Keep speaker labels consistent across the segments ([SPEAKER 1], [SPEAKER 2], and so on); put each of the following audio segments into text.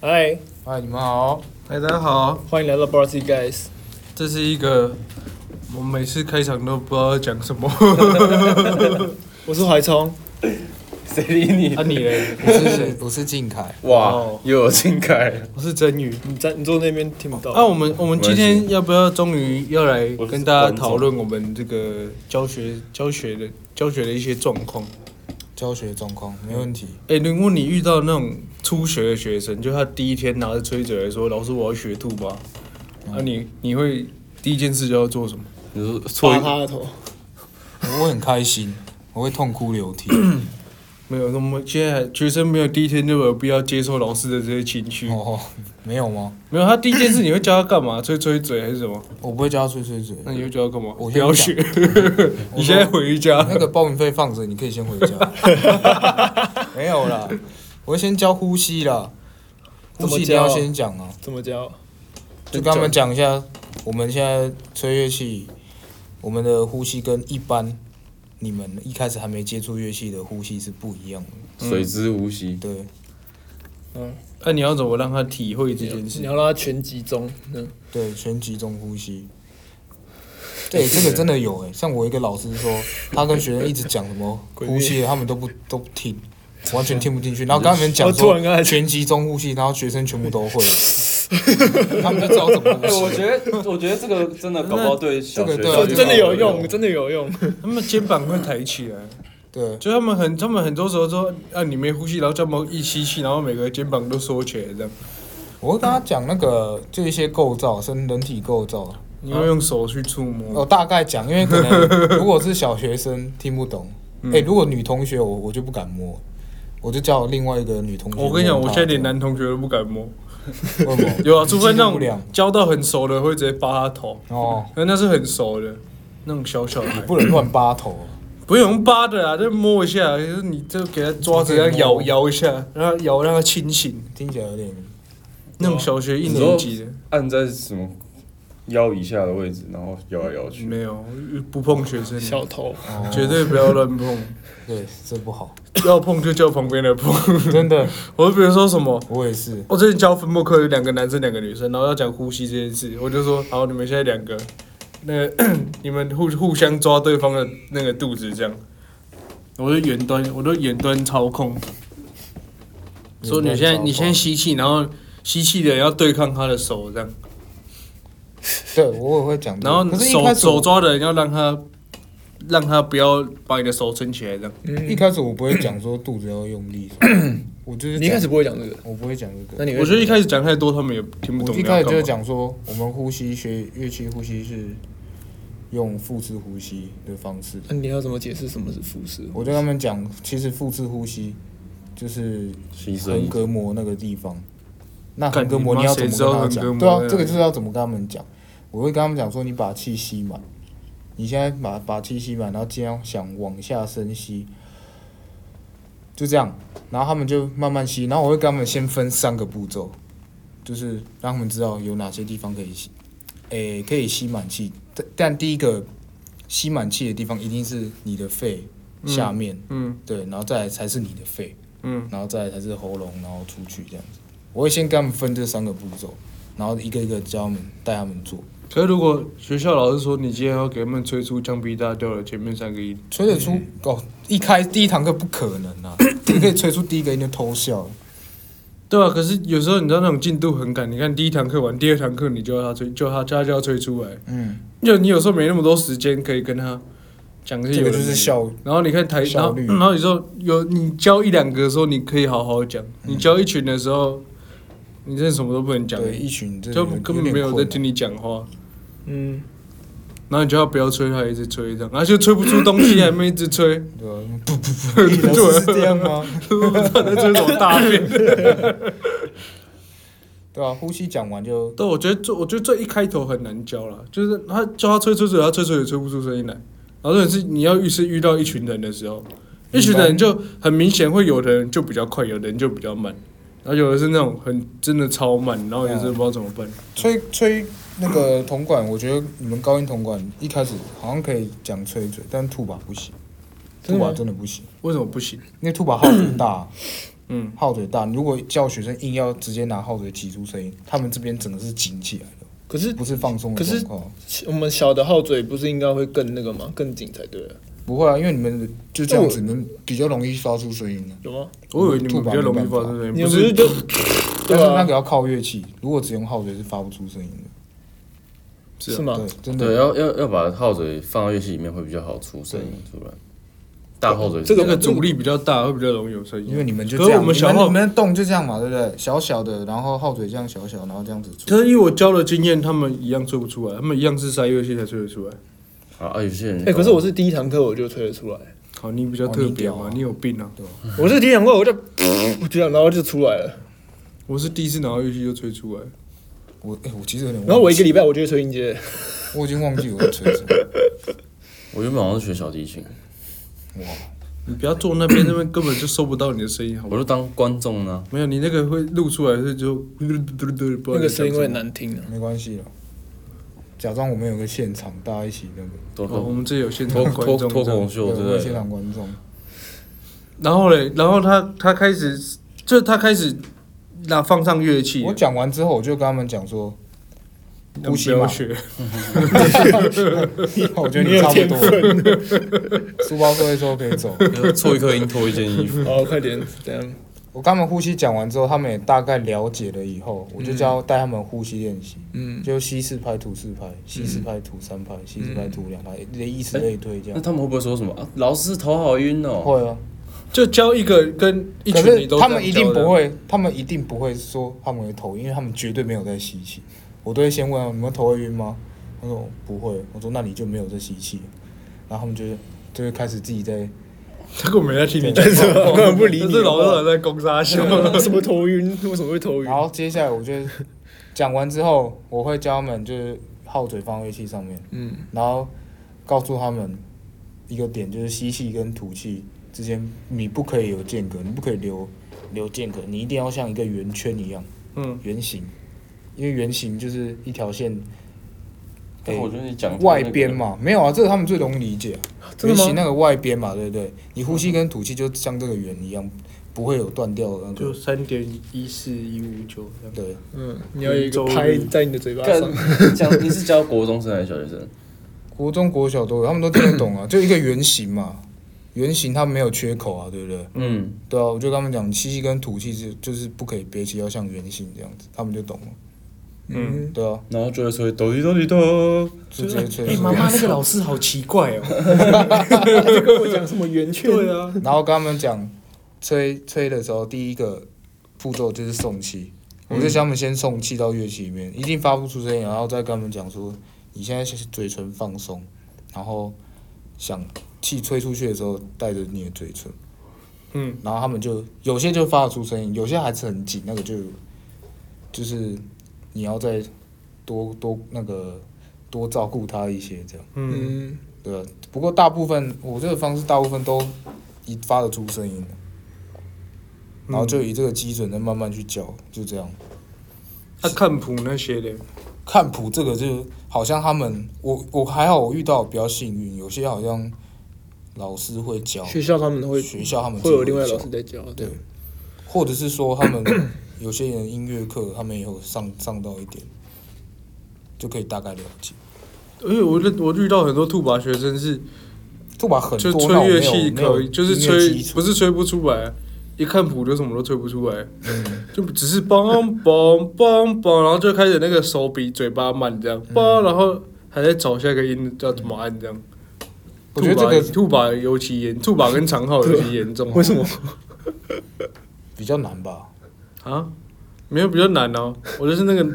[SPEAKER 1] 嗨，
[SPEAKER 2] 嗨，你们好，
[SPEAKER 3] 嗨，哎大家好，
[SPEAKER 1] 欢迎来到 Barcy Guys。
[SPEAKER 3] 这是一个我每次开场都不知道要讲什么，
[SPEAKER 1] 我是怀聪，
[SPEAKER 4] 谁理你？
[SPEAKER 1] 啊你 嘞？
[SPEAKER 2] 我是我是靖凯，
[SPEAKER 4] 哇，又有新开，
[SPEAKER 3] 我是真宇。
[SPEAKER 1] 你在你坐那边听不到？
[SPEAKER 3] 那、啊我们我们今天要不要终于要来
[SPEAKER 4] 我是
[SPEAKER 3] 跟大家
[SPEAKER 4] 观众
[SPEAKER 3] 讨论我们这个教学教学的教学的一些状况？
[SPEAKER 2] 教学状况没问题。
[SPEAKER 3] 哎、如果你遇到那种初学的学生，就他第一天拿着吹嘴来说：“老师，我要学兔吧。那你你会第一件事就要做什么？
[SPEAKER 4] 你说错
[SPEAKER 1] 拔
[SPEAKER 4] 一
[SPEAKER 1] 他的头。
[SPEAKER 2] 我很开心，我会痛哭流涕。
[SPEAKER 3] 没有，我们现在学生没有第一天就有必要接受老师的这些情绪。
[SPEAKER 2] 哦，没有吗？
[SPEAKER 3] 没有，他第一件事你会教他干嘛？吹吹嘴还是什么？
[SPEAKER 2] 我不会教他吹吹嘴。
[SPEAKER 3] 那你又叫他干嘛？
[SPEAKER 2] 我
[SPEAKER 3] 不要
[SPEAKER 2] 先
[SPEAKER 3] 学，你现在回家。
[SPEAKER 2] 那个报名费放着，你可以先回家。没有啦，我会先教呼吸啦，呼
[SPEAKER 1] 怎
[SPEAKER 2] 吸
[SPEAKER 1] 么
[SPEAKER 2] 一定要
[SPEAKER 1] 教？
[SPEAKER 2] 先讲啊，
[SPEAKER 1] 怎么教？
[SPEAKER 2] 就跟他们讲一下，我们现在吹乐器，我们的呼吸跟一般你们一开始还没接触乐器的呼吸是不一样的。
[SPEAKER 4] 水之无息，
[SPEAKER 2] 对，
[SPEAKER 1] 嗯，
[SPEAKER 3] 那你要怎么让他体会这
[SPEAKER 1] 你要
[SPEAKER 3] 件
[SPEAKER 1] 你
[SPEAKER 3] 事？
[SPEAKER 1] 要让他全集中。嗯，
[SPEAKER 2] 对，全集中呼 吸。对，这个真的有诶、欸像我一个老师说，他跟学生一直讲什 么
[SPEAKER 1] 鬼灭
[SPEAKER 2] 呼吸，他们都不都不听，完
[SPEAKER 3] 啊
[SPEAKER 2] 全听不进去。然后跟他们讲
[SPEAKER 1] 我突然刚才
[SPEAKER 2] 说全集中呼吸，然后学生全部都会了， 他们就知道怎么呼
[SPEAKER 4] 我
[SPEAKER 2] 吸。
[SPEAKER 4] 觉得，我觉得这个真的搞不好对小学
[SPEAKER 2] 这个对啊
[SPEAKER 1] 哦
[SPEAKER 4] 生
[SPEAKER 1] 真的有用，真的有用。
[SPEAKER 3] 他们肩膀会抬起来，
[SPEAKER 2] 对，
[SPEAKER 3] 就他们很，他们很多时候说啊，你没呼吸，然后叫他们一吸气，然后每个肩膀都缩起来这样。
[SPEAKER 2] 我会跟他讲那个就一些构造，身人体构造，
[SPEAKER 3] 你会用手去触摸。
[SPEAKER 2] 我大概讲，因为可能如果是小学生听不 懂，
[SPEAKER 3] 嗯
[SPEAKER 2] 诶，如果女同学我我就不敢摸，我就叫另外一个女同学。
[SPEAKER 3] 我跟你讲，我现在连
[SPEAKER 2] 难，
[SPEAKER 3] 男同学都不敢摸。
[SPEAKER 2] 为什么
[SPEAKER 3] 有啊，除非那
[SPEAKER 2] 你记录不良
[SPEAKER 3] 种教到很熟的，会直接扒他头，
[SPEAKER 2] 哦。
[SPEAKER 3] 因为那是很熟的，那种小小孩，
[SPEAKER 2] 不能乱扒头，
[SPEAKER 3] 不用扒的啊，就摸一下，就是你就给他抓着，这样摇摇一下，让他摇，让他清醒。
[SPEAKER 2] 听起来有点
[SPEAKER 3] 那种小学一年级的。
[SPEAKER 4] 按在什么腰以下的位置，然后摇来摇去。
[SPEAKER 3] 没有，不碰学生，
[SPEAKER 1] 小头，
[SPEAKER 3] 绝对不要乱 碰，
[SPEAKER 2] 对，这不好，
[SPEAKER 3] 要碰就叫旁边的碰。
[SPEAKER 2] 真的，
[SPEAKER 3] 我就比如说什么，
[SPEAKER 2] 我也是。
[SPEAKER 3] 我之前教分部课有两个男生两个女生，然后要讲呼吸这件事，我就说好，你们现在两个，那个 你们互互相抓对方的那个肚子这样，我就远端，我都远端操控，说你现在你先吸气，然后吸气的要对抗他的手这样，
[SPEAKER 2] 对我也会讲这个，
[SPEAKER 3] 然后
[SPEAKER 2] 可是一
[SPEAKER 3] 手
[SPEAKER 2] 开始
[SPEAKER 3] 手
[SPEAKER 2] 我
[SPEAKER 3] 抓的人要让他让他不要把你的手撑起来这样。
[SPEAKER 1] 嗯
[SPEAKER 2] 一开始我不会讲说肚子要用力， 我就是
[SPEAKER 1] 你一开始
[SPEAKER 2] 讲
[SPEAKER 1] 不会讲这个，
[SPEAKER 2] 我不会讲这个，
[SPEAKER 1] 那你会啊
[SPEAKER 3] 我觉得一开始讲太多，他们也听不
[SPEAKER 2] 我
[SPEAKER 3] 懂你
[SPEAKER 2] 一
[SPEAKER 3] 要干嘛。
[SPEAKER 2] 开始就是讲说我们呼吸学乐器呼吸是用腹式呼吸的方式，
[SPEAKER 1] 那你要怎么解释什么是腹式？
[SPEAKER 2] 我就跟他们讲，其实腹式呼吸就是
[SPEAKER 4] 牺牲
[SPEAKER 2] 横膈膜那个地方。那
[SPEAKER 3] 干
[SPEAKER 2] 横膈膜
[SPEAKER 3] 你妈
[SPEAKER 2] 你要怎么
[SPEAKER 3] 谁知道
[SPEAKER 2] 跟他
[SPEAKER 3] 横膈
[SPEAKER 2] 讲？
[SPEAKER 3] 膜
[SPEAKER 2] 对啊
[SPEAKER 3] 在哪，里
[SPEAKER 2] 这个就是要怎么跟他们讲。我会跟他们讲说，你把气吸满，你现在把把气吸满，然后尽量想往下深吸，就这样。然后他们就慢慢吸，然后我会跟他们先分三个步骤，就是让他们知道有哪些地方可以吸，诶、可以吸满气。但但第一个吸满气的地方一定是你的肺下面，
[SPEAKER 3] 嗯
[SPEAKER 2] 对，然后再来才是你的肺，
[SPEAKER 3] 嗯，
[SPEAKER 2] 然后再来才是喉咙，然后出去这样子。我会先跟他们分这三个步骤，然后一个一个教他们带他们做。
[SPEAKER 3] 可是如果学校老师说你今天要给他们吹出降 B 大调的前面三个音，
[SPEAKER 2] 吹得出、
[SPEAKER 3] 嗯
[SPEAKER 2] 哦，一开第一堂课不可能 啊，你可以吹出第一个音就偷笑了。
[SPEAKER 3] 对啊，可是有时候你知道那种进度很赶，你看第一堂课完，第二堂课你就要他吹，就他他就要吹出来，
[SPEAKER 2] 嗯，
[SPEAKER 3] 就你有时候没那么多时间可以跟他讲这些
[SPEAKER 2] 这
[SPEAKER 3] 有
[SPEAKER 2] 个
[SPEAKER 3] 的没的。
[SPEAKER 2] 就是效
[SPEAKER 3] 然后你看台，然
[SPEAKER 2] 效
[SPEAKER 3] 后
[SPEAKER 2] 率
[SPEAKER 3] 然后有时候有你教一两个的时候，你可以好好讲；
[SPEAKER 2] 嗯
[SPEAKER 3] 你教一群的时候，你真的什么都不能讲，
[SPEAKER 2] 对一群这
[SPEAKER 3] 就根本没有在听
[SPEAKER 2] 你。
[SPEAKER 3] 你讲话。
[SPEAKER 1] 嗯，
[SPEAKER 3] 然后你就要不要吹，他一直吹这样，然后就吹不出东西，还没一直吹，
[SPEAKER 2] 对啊，不不不，老师是这样吗？
[SPEAKER 3] 不知道在吹什么大 便。
[SPEAKER 2] 对啊，呼吸讲完就
[SPEAKER 3] 对，我觉得最我觉得最一开头很难教啦，就是他教他吹吹吹，他吹吹也吹不出声音来。然后重点是你要遇是遇到一群人的时候，一群人就很明显会有的人就比较快，有的人就比较慢，然后有的是那种很真的超慢，然后有的是不知道怎么办。
[SPEAKER 2] 吹吹那个铜管，我觉得你们高音铜管一开始好像可以讲吹嘴，但兔把不行，兔
[SPEAKER 1] 真的吗
[SPEAKER 2] 把真的不行，
[SPEAKER 3] 为什么不行？
[SPEAKER 2] 因为兔把号很大，
[SPEAKER 3] 嗯，
[SPEAKER 2] 号嘴大。你如果叫学生硬要直接拿号嘴挤出声音，他们这边整个是紧起来的，
[SPEAKER 1] 可是
[SPEAKER 2] 不是放松的
[SPEAKER 1] 可是
[SPEAKER 2] 状况。
[SPEAKER 1] 我们小的号嘴不是应该会更那个吗？更紧才对啊，
[SPEAKER 2] 不会啊，因为你们就这
[SPEAKER 1] 那
[SPEAKER 2] 样
[SPEAKER 1] 我
[SPEAKER 2] 子，你们比较容易发出声音啊。
[SPEAKER 1] 有吗？
[SPEAKER 3] 我以为你
[SPEAKER 2] 吐
[SPEAKER 3] 们
[SPEAKER 2] 吧
[SPEAKER 3] 比较容易
[SPEAKER 2] 没
[SPEAKER 3] 发
[SPEAKER 2] 办法
[SPEAKER 3] 生声
[SPEAKER 1] 你
[SPEAKER 3] 音，
[SPEAKER 1] 们
[SPEAKER 3] 不
[SPEAKER 1] 不是
[SPEAKER 3] 是
[SPEAKER 1] 就对
[SPEAKER 2] 但是那个
[SPEAKER 1] 啊？
[SPEAKER 2] 要靠乐器，如果只用号嘴是发不出声音的。
[SPEAKER 3] 是啊
[SPEAKER 1] 是吗
[SPEAKER 2] 对？，真
[SPEAKER 4] 对，
[SPEAKER 2] 的。
[SPEAKER 4] 要要要把号嘴放到乐器里面会比较好出声音出来。大号嘴是
[SPEAKER 1] 这
[SPEAKER 3] 那
[SPEAKER 1] 个
[SPEAKER 4] 样
[SPEAKER 3] 个阻力比较大，会比较容易有声音。
[SPEAKER 2] 因为你们就
[SPEAKER 3] 可
[SPEAKER 2] 这
[SPEAKER 3] 是
[SPEAKER 2] 样，
[SPEAKER 3] 我们小
[SPEAKER 2] 你们
[SPEAKER 3] 号
[SPEAKER 2] 你们的洞就这样嘛，对不对？小小的，然后号嘴这样小小，然后这样子出。
[SPEAKER 3] 可是以我教的经验，他们一样吹不出来，他们一样是塞乐器才吹得出来。
[SPEAKER 4] 啊啊，有些人
[SPEAKER 1] 哎、可是我是第一堂课我就吹得出来，
[SPEAKER 3] 好，你比较
[SPEAKER 2] 哦
[SPEAKER 3] 特
[SPEAKER 2] 你
[SPEAKER 3] 别
[SPEAKER 2] 屌
[SPEAKER 3] 嘛
[SPEAKER 2] 啊，
[SPEAKER 3] 你有病啊！
[SPEAKER 1] 我是第一堂课我就 我就这样，然后就出来了。
[SPEAKER 3] 我是第一次拿到乐器就吹出来，
[SPEAKER 2] 我哎、我其实有点忘记。
[SPEAKER 1] 然后我一个礼拜我就会吹音阶，
[SPEAKER 2] 我已经忘记我在吹什么。
[SPEAKER 4] 我原本好像是学小提琴，
[SPEAKER 3] 你不要坐那边，那边根本就收不到你的声音，好不
[SPEAKER 4] 我
[SPEAKER 3] 好？
[SPEAKER 4] 就当观众啊呢、
[SPEAKER 3] 没有，你那个会录出来是就嘟嘟嘟嘟，
[SPEAKER 1] 那
[SPEAKER 3] 不知道
[SPEAKER 1] 个
[SPEAKER 3] 在讲
[SPEAKER 1] 声音
[SPEAKER 3] 什
[SPEAKER 1] 会
[SPEAKER 3] 么
[SPEAKER 1] 很。难听啊。
[SPEAKER 2] 没关系了，假装我们有个现场，大家一起那个
[SPEAKER 4] 脱
[SPEAKER 3] 哦我
[SPEAKER 4] 口
[SPEAKER 3] 们这里有现场
[SPEAKER 4] 脱
[SPEAKER 3] 观
[SPEAKER 4] 脱
[SPEAKER 3] 众
[SPEAKER 4] 脱
[SPEAKER 3] 这样
[SPEAKER 4] 口秀
[SPEAKER 2] 对
[SPEAKER 4] 之
[SPEAKER 2] 我们
[SPEAKER 4] 类
[SPEAKER 2] 现
[SPEAKER 4] 的，
[SPEAKER 2] 场观众，
[SPEAKER 3] 然后嘞，然后他他开始，就是他开始拿放上乐器了，
[SPEAKER 2] 我讲完之后，我就跟他们讲说，
[SPEAKER 3] 那
[SPEAKER 2] 呼吸
[SPEAKER 3] 不要
[SPEAKER 2] 嘛
[SPEAKER 3] 学，
[SPEAKER 2] 我觉得
[SPEAKER 1] 你
[SPEAKER 2] 你
[SPEAKER 1] 有
[SPEAKER 2] 差不
[SPEAKER 1] 天
[SPEAKER 2] 多了，
[SPEAKER 1] 分
[SPEAKER 2] 书包说一说可以走。
[SPEAKER 4] 错一颗音脱一件 衣服。
[SPEAKER 1] 哦，快点，这样
[SPEAKER 2] 我跟他们呼吸讲完之后，他们也大概了解了以后，我就教带他们呼吸练习，
[SPEAKER 1] 嗯，
[SPEAKER 2] 就吸四拍、吐四拍，吸四拍、吐三拍，吸四拍、吐两拍，以此类推这
[SPEAKER 4] 那
[SPEAKER 2] 样。
[SPEAKER 4] 他们会不会说什么啊？老师头好晕哦，
[SPEAKER 2] 会啊，
[SPEAKER 3] 就教一个跟一
[SPEAKER 2] 可
[SPEAKER 3] 群你
[SPEAKER 2] 是
[SPEAKER 3] 都
[SPEAKER 2] 他们一定不
[SPEAKER 3] 会。
[SPEAKER 2] 会，他们一定不会说他们会头晕，因为他们绝对没有在吸气。我都会先问他啊们你们头会晕吗？他说不会。我说那你就没有在吸气。然后他们就就会开始自己在
[SPEAKER 3] 这个我没在听你讲
[SPEAKER 1] 但是我根本不理你。
[SPEAKER 3] 这老师
[SPEAKER 1] 好
[SPEAKER 3] 还在攻杀 笑。
[SPEAKER 1] 不好什么头晕？为什么会头晕
[SPEAKER 2] 然？后接下来我就讲完之后，我会教他们就是号嘴放乐器上面，
[SPEAKER 1] 嗯，
[SPEAKER 2] 然后告诉他们一个点，就是吸气跟吐气之间你不可以有间隔，你不可以留留间隔，你一定要像一个圆圈一样
[SPEAKER 3] 嗯，
[SPEAKER 2] 圆形，因为圆形就是一条线。
[SPEAKER 4] 但哎我觉得你讲
[SPEAKER 2] 外边，嘛，没有啊，这个他们最容易理解、啊。
[SPEAKER 1] 真
[SPEAKER 2] 圆
[SPEAKER 1] 的吗
[SPEAKER 2] 形那个外边嘛，对不对？你呼吸跟吐气就像这个圆一样，不会有断掉的那
[SPEAKER 3] 就
[SPEAKER 2] 个。
[SPEAKER 3] 三点一四一五九这样。
[SPEAKER 2] 对，
[SPEAKER 1] 嗯，你要有一个拍在你的嘴巴
[SPEAKER 4] 干
[SPEAKER 1] 上。嗯
[SPEAKER 4] 讲你是教国中生还是小学生？
[SPEAKER 2] 国中、国小都有，他们都听得 懂啊，就一个圆形嘛，圆形它没有缺口啊，对不对？
[SPEAKER 4] 嗯，
[SPEAKER 2] 对啊，我就跟他们讲，吸气跟吐气是就是不可以憋气，要像圆形这样子，他们就懂了。
[SPEAKER 1] 嗯，
[SPEAKER 2] 对啊，
[SPEAKER 4] 然后就会吹哆滴哆滴哆，
[SPEAKER 2] 就直接吹
[SPEAKER 3] 哎，
[SPEAKER 2] 出
[SPEAKER 3] 妈
[SPEAKER 2] 来。
[SPEAKER 3] 妈那个老师好奇怪哦。
[SPEAKER 1] 这跟我讲什么圆圈？
[SPEAKER 3] 对啊，
[SPEAKER 2] 然后跟他们讲，吹吹的时候，第一个步骤就是送气，我就想他们先送气到乐器里面，一定发不出声音，然后再跟他们讲说，你现在是嘴唇放松，然后想气吹出去的时候，带着你的嘴唇，
[SPEAKER 3] 嗯，
[SPEAKER 2] 然后他们就有些就发得出声音，有些还是很紧，那个就就是你要再多多那个多照顾他一些这样。
[SPEAKER 3] 嗯，
[SPEAKER 1] 嗯，
[SPEAKER 2] 对啊，不过大部分我这个方式大部分都以发得出声音的，
[SPEAKER 3] 嗯
[SPEAKER 2] 然后就
[SPEAKER 1] 嗯
[SPEAKER 2] 以这个基准再慢慢去教，就这样。
[SPEAKER 3] 他看谱那些的，
[SPEAKER 2] 看谱这个就好像他们，我我还好，我遇到比较幸运，有些好像老师会教，
[SPEAKER 1] 嗯学校他们会
[SPEAKER 2] 学校他们
[SPEAKER 1] 会有另外老
[SPEAKER 2] 自
[SPEAKER 1] 师
[SPEAKER 2] 己
[SPEAKER 1] 在教，
[SPEAKER 2] 对，或者是说他们有些人音乐课他们也有上上到一点，就可以大概了解。
[SPEAKER 3] 而且我认我遇到很多兔拔学生是，
[SPEAKER 2] 这把很
[SPEAKER 3] 就
[SPEAKER 2] 多
[SPEAKER 3] 吹
[SPEAKER 2] 那种
[SPEAKER 3] 乐
[SPEAKER 2] 没有
[SPEAKER 3] 器
[SPEAKER 2] 没有
[SPEAKER 3] 可以，就是
[SPEAKER 2] 音乐
[SPEAKER 3] 吹
[SPEAKER 2] 基础
[SPEAKER 3] 不是吹不出来，一看谱就什么都吹不出来，
[SPEAKER 2] 嗯
[SPEAKER 3] 就只是梆梆梆梆，然后就开始那个手比嘴巴慢这样，
[SPEAKER 2] 嗯
[SPEAKER 3] 梆，然后还在找下一个音要怎么按这样。
[SPEAKER 2] 我觉得这个啊
[SPEAKER 3] 兔把尤其严，兔把跟长号尤其严重。
[SPEAKER 1] 为什
[SPEAKER 2] 嗯
[SPEAKER 1] 么？
[SPEAKER 2] 比较难吧。
[SPEAKER 3] 啊？没有比较难哦、我就是那个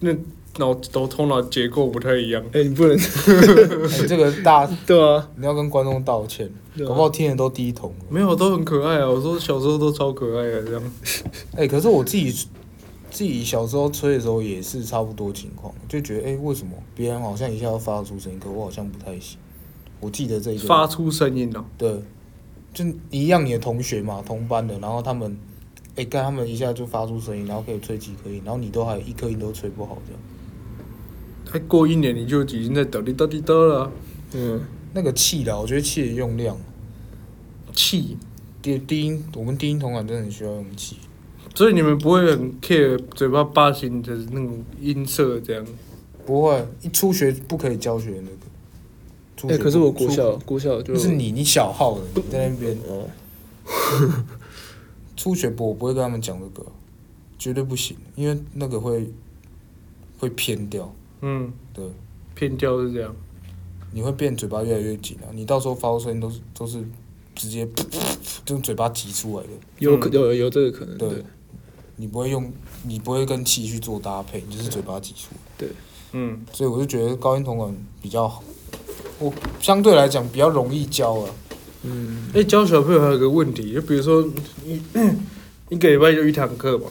[SPEAKER 3] 那脑头头脑结构不太一样。
[SPEAKER 1] 哎，你不能
[SPEAKER 2] 哎这个大
[SPEAKER 1] 对啊，
[SPEAKER 2] 你要跟观众道歉，
[SPEAKER 1] 对啊
[SPEAKER 2] 搞不好听的都低头了。
[SPEAKER 3] 没有，都很可爱啊！我说小时候都超可爱的这样。
[SPEAKER 2] 哎、可是我自己自己小时候吹的时候也是差不多情况，就觉得哎、为什么别人好像一下要发出声音，可我好像不太行。我记得这一个
[SPEAKER 3] 发出声音哦、
[SPEAKER 2] 对，就一样你的同学嘛，同班的，然后他们哎，看、他们一下就发出声音，然后可以吹几颗音，然后你都还一颗音都吹不好这样，
[SPEAKER 3] 再过一年你就已经在抖滴抖滴抖了啊。
[SPEAKER 1] 嗯，
[SPEAKER 2] 那个气的，我觉得气的用量，
[SPEAKER 3] 气，
[SPEAKER 2] 低低音，我们低音同感真的很需要勇气。
[SPEAKER 3] 所以你们不会很 care 嘴巴八型的那种音色这样？
[SPEAKER 2] 不会，一初学不可以教学那个。初
[SPEAKER 1] 哎、
[SPEAKER 2] 学
[SPEAKER 1] 可是
[SPEAKER 2] 不
[SPEAKER 1] 我国
[SPEAKER 2] 初
[SPEAKER 1] 小国小就
[SPEAKER 2] 不是你，你小号的，你在那边
[SPEAKER 1] 哦，
[SPEAKER 2] 初学不，我不会跟他们讲这个，绝对不行，因为那个会会偏掉，
[SPEAKER 3] 嗯，
[SPEAKER 2] 对，
[SPEAKER 3] 偏调是这样。
[SPEAKER 2] 你会变嘴巴越来越紧啊，你到时候发出声音都是都是直接就用嘴巴挤出来的，
[SPEAKER 1] 有可有有有这个可能，
[SPEAKER 2] 嗯对
[SPEAKER 1] 对
[SPEAKER 2] 你不会用，你不会跟气去做搭配，你就是嘴巴挤出来，
[SPEAKER 1] 对，
[SPEAKER 3] 嗯，
[SPEAKER 2] 所以我就觉得高音同感比较好，我相对来讲比较容易教啊，
[SPEAKER 1] 嗯，
[SPEAKER 3] 哎、教小朋友还有个问题，就比如说 一一个礼拜就一堂课嘛，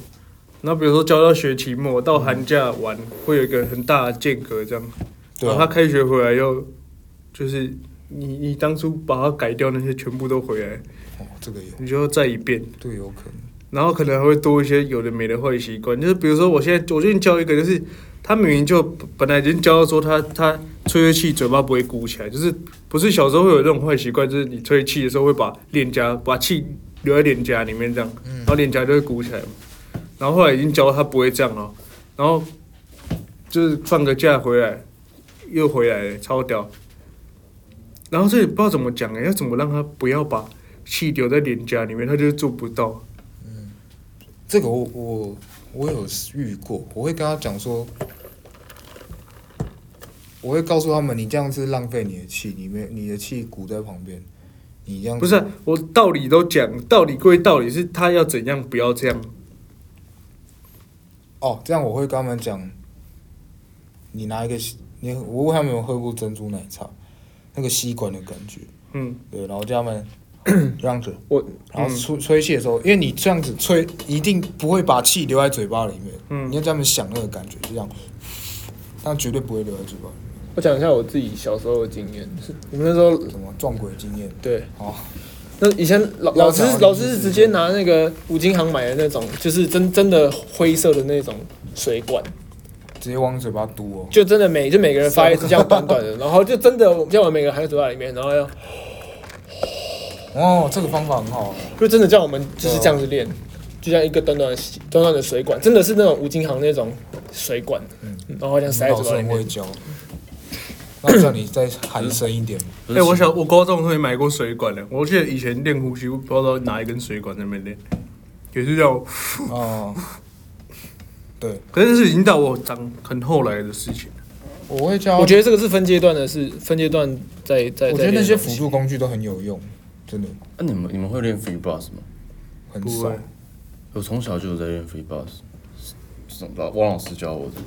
[SPEAKER 3] 然后比如说教到学期末到寒假完，会有一个很大的间隔这样。
[SPEAKER 2] 对
[SPEAKER 3] 然后
[SPEAKER 2] 啊
[SPEAKER 3] 他，开学回来又，就是你你当初把它改掉那些全部都回来，
[SPEAKER 2] 哦，这个有，
[SPEAKER 3] 你就要再一遍，
[SPEAKER 2] 这个有可能，
[SPEAKER 3] 然后可能还会多一些有的没的坏习惯，就是比如说我现在我最近教一个，就是他明明就本来已经教到说他他吹气嘴巴不会鼓起来，就是不是小时候会有这种坏习惯，就是你吹气的时候会把脸颊把气留在脸颊里面这样，然后脸颊就会鼓起来嘛。然后后来已经教他不会这样了，然后就是放个假回来又回来了，超屌。然后这也不知道怎么讲哎、要怎么让他不要把气留在脸颊里面，他就是做不到。
[SPEAKER 2] 这个我我我有遇过，我会跟他讲说，我会告诉他们，你这样是浪费你的气，你没你的气鼓在旁边，你这样子
[SPEAKER 3] 不是啊、我道理都讲，道理归道理，是他要怎样不要这样。
[SPEAKER 2] 哦，这样我会跟他们讲，你拿一个吸你我问他们有没有喝过珍珠奶茶，那个吸管的感觉，
[SPEAKER 3] 嗯，
[SPEAKER 2] 对，然后叫他们 这样子，
[SPEAKER 1] 我
[SPEAKER 2] 然后吹吹气的时候，因为你这样子吹，一定不会把气留在嘴巴里面，
[SPEAKER 3] 嗯
[SPEAKER 2] 你要叫他们想那个感觉，就这样，但绝对不会留在嘴巴里面，
[SPEAKER 1] 我讲一下我自己小时候的经验，是我们那时候
[SPEAKER 2] 什么撞鬼经验。
[SPEAKER 1] 对，
[SPEAKER 2] 哦，
[SPEAKER 1] 那以前老
[SPEAKER 2] 要
[SPEAKER 1] 老师
[SPEAKER 2] 讲啊到
[SPEAKER 1] 老
[SPEAKER 2] 历
[SPEAKER 1] 师
[SPEAKER 2] 史
[SPEAKER 1] 是直接拿那个五金行买的那种，就是真真的灰色的那种水管，
[SPEAKER 2] 直接往嘴巴嘟哦。
[SPEAKER 1] 就真的每就每个人
[SPEAKER 2] 啊
[SPEAKER 1] 发一次这样短短的，然后就真的叫我们每个人含在嘴巴里面，然后要
[SPEAKER 2] 哦，这个方法很好啊，
[SPEAKER 1] 就真的叫我们就是这样子练，就像一个短短的短短的水管，真的是那种五金行那种水管，然后这样塞
[SPEAKER 2] 嗯
[SPEAKER 1] 在
[SPEAKER 2] 老
[SPEAKER 1] 嘴
[SPEAKER 2] 师
[SPEAKER 1] 巴里
[SPEAKER 2] 很会
[SPEAKER 1] 面。
[SPEAKER 2] 教。那叫你再含深一 点，
[SPEAKER 4] 可
[SPEAKER 3] 哎、
[SPEAKER 4] 是
[SPEAKER 3] 我想我高中同学买过水管的，我记得以前练呼吸，不知道拿一根水管在那边练，也是要，
[SPEAKER 2] 哦，对，
[SPEAKER 3] 可是是已经到我长很后来的事情了。
[SPEAKER 2] 我会教。
[SPEAKER 1] 我觉得这个是分阶段的，是分阶段在在。
[SPEAKER 2] 我觉
[SPEAKER 1] 在
[SPEAKER 2] 得
[SPEAKER 1] 练
[SPEAKER 2] 那
[SPEAKER 1] 的
[SPEAKER 2] 些
[SPEAKER 1] 东
[SPEAKER 2] 辅
[SPEAKER 1] 西
[SPEAKER 2] 助工具都很有用，真的
[SPEAKER 4] 那、你们你们会练 free bus 吗？
[SPEAKER 2] 很
[SPEAKER 3] 不
[SPEAKER 2] 少
[SPEAKER 3] 会。
[SPEAKER 4] 我从小就有在练 free bus，是是老汪老师教我的。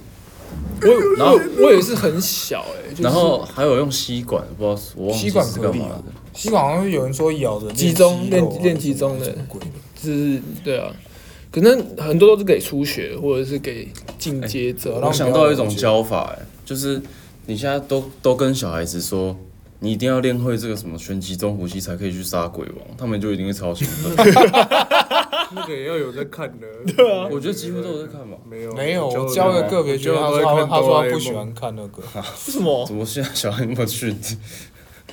[SPEAKER 1] 我
[SPEAKER 4] 然后
[SPEAKER 1] 我我也是很小哎、就是
[SPEAKER 4] 然后还有用吸管，不知道是我忘记
[SPEAKER 2] 吸管
[SPEAKER 4] 是
[SPEAKER 2] 可
[SPEAKER 4] 干
[SPEAKER 2] 以
[SPEAKER 4] 嘛
[SPEAKER 2] 啊
[SPEAKER 4] 的。，
[SPEAKER 2] 吸管好像有人说咬着练
[SPEAKER 1] 集中
[SPEAKER 2] 肌肉啊
[SPEAKER 1] 练练集中的
[SPEAKER 2] 什么鬼的，
[SPEAKER 1] 就是对啊，可能很多都是给初学或者是给进阶
[SPEAKER 2] 哎
[SPEAKER 1] 者，然
[SPEAKER 4] 我
[SPEAKER 1] 后
[SPEAKER 4] 想到一种教法、哎，就是你现在都都跟小孩子说，你一定要练会这个什么拳击中呼吸才可以去杀鬼王，他们就一定会超兴 奋。
[SPEAKER 3] 那个也要有在看的。
[SPEAKER 1] 对啊
[SPEAKER 4] 我觉得几乎都有在看吧。
[SPEAKER 3] 没有
[SPEAKER 2] 没有，
[SPEAKER 3] 我
[SPEAKER 2] 我
[SPEAKER 3] 的
[SPEAKER 2] 教了个别学
[SPEAKER 3] 教
[SPEAKER 2] 生，他
[SPEAKER 3] 的
[SPEAKER 2] 说
[SPEAKER 3] 都
[SPEAKER 2] 他
[SPEAKER 3] 在
[SPEAKER 2] 会
[SPEAKER 3] 看
[SPEAKER 2] 他说
[SPEAKER 3] 哆啦
[SPEAKER 2] 他
[SPEAKER 3] A
[SPEAKER 2] 不喜
[SPEAKER 3] 梦。
[SPEAKER 2] 欢看那个，
[SPEAKER 1] 为什么
[SPEAKER 4] 怎么现在小孩那么逊？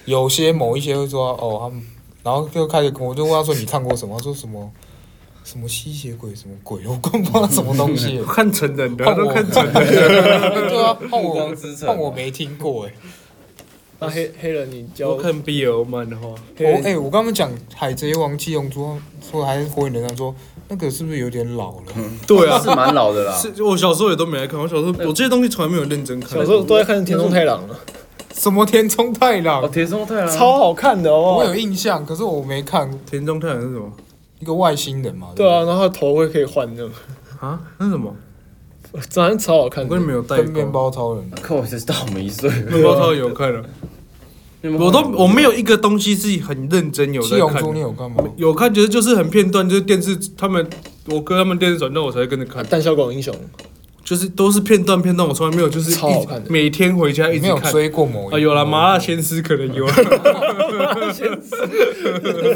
[SPEAKER 2] 有些某一些会说哦他们，然后就开始跟我就问他说你看过什么？他说什么什么吸血鬼什么鬼，我根本不知道什么东西
[SPEAKER 3] 看成人的，
[SPEAKER 2] 换
[SPEAKER 3] 他
[SPEAKER 2] 我
[SPEAKER 3] 都看成人。
[SPEAKER 2] 对啊，换
[SPEAKER 4] 暮
[SPEAKER 2] 我
[SPEAKER 4] 光之城
[SPEAKER 2] 换我没听过哎、
[SPEAKER 1] 那黑黑人你教
[SPEAKER 3] 我看 BL 漫画，
[SPEAKER 1] 黑
[SPEAKER 2] 我哎、
[SPEAKER 1] 人
[SPEAKER 2] 我刚刚讲《海贼王》《七龙珠》，说还是《火影忍者》，说那个是不是有点老了？
[SPEAKER 3] 对啊
[SPEAKER 4] 是，蛮老的啦。
[SPEAKER 3] 是我小时候也都没来看，我小时候我这些东西从来没有认真看。
[SPEAKER 1] 小时候都在看《田中太郎》啊了，
[SPEAKER 2] 什么田中太郎？
[SPEAKER 4] 哦，铁中太郎
[SPEAKER 1] 超好看的
[SPEAKER 2] 嗯我
[SPEAKER 1] 哦
[SPEAKER 2] 有。印象，可是我没看过。
[SPEAKER 3] 田中太郎是什么
[SPEAKER 2] 一个外星人嘛。
[SPEAKER 1] 对啊，然后他头会可以换那种，
[SPEAKER 3] 啊？那是什么？
[SPEAKER 1] 长得超好看
[SPEAKER 3] 我
[SPEAKER 1] 的
[SPEAKER 3] 跟你。们有
[SPEAKER 2] 不
[SPEAKER 3] 代
[SPEAKER 2] 对，跟面
[SPEAKER 3] 沟。
[SPEAKER 2] 包超人。
[SPEAKER 4] 靠，我才大我们一岁。
[SPEAKER 3] 面包超人有看了，
[SPEAKER 4] 你们
[SPEAKER 3] 我都我没有一个东西是很认真有
[SPEAKER 2] 七
[SPEAKER 3] 在
[SPEAKER 2] 龙
[SPEAKER 3] 看
[SPEAKER 2] 珠你
[SPEAKER 3] 的。
[SPEAKER 2] 有看吗？
[SPEAKER 3] 有看，就是就是很片段，就是电视他们，我哥他们电视转到我才会跟着看，
[SPEAKER 1] 胆小狗英雄，
[SPEAKER 3] 就是都是片段片段，我从来没有就是
[SPEAKER 1] 超好
[SPEAKER 3] 一直
[SPEAKER 1] 看的
[SPEAKER 3] 每天回家一
[SPEAKER 2] 你没
[SPEAKER 3] 直
[SPEAKER 2] 有
[SPEAKER 3] 看。
[SPEAKER 2] 追过某一部
[SPEAKER 3] 啊，有了麻辣鲜师可能 有啊，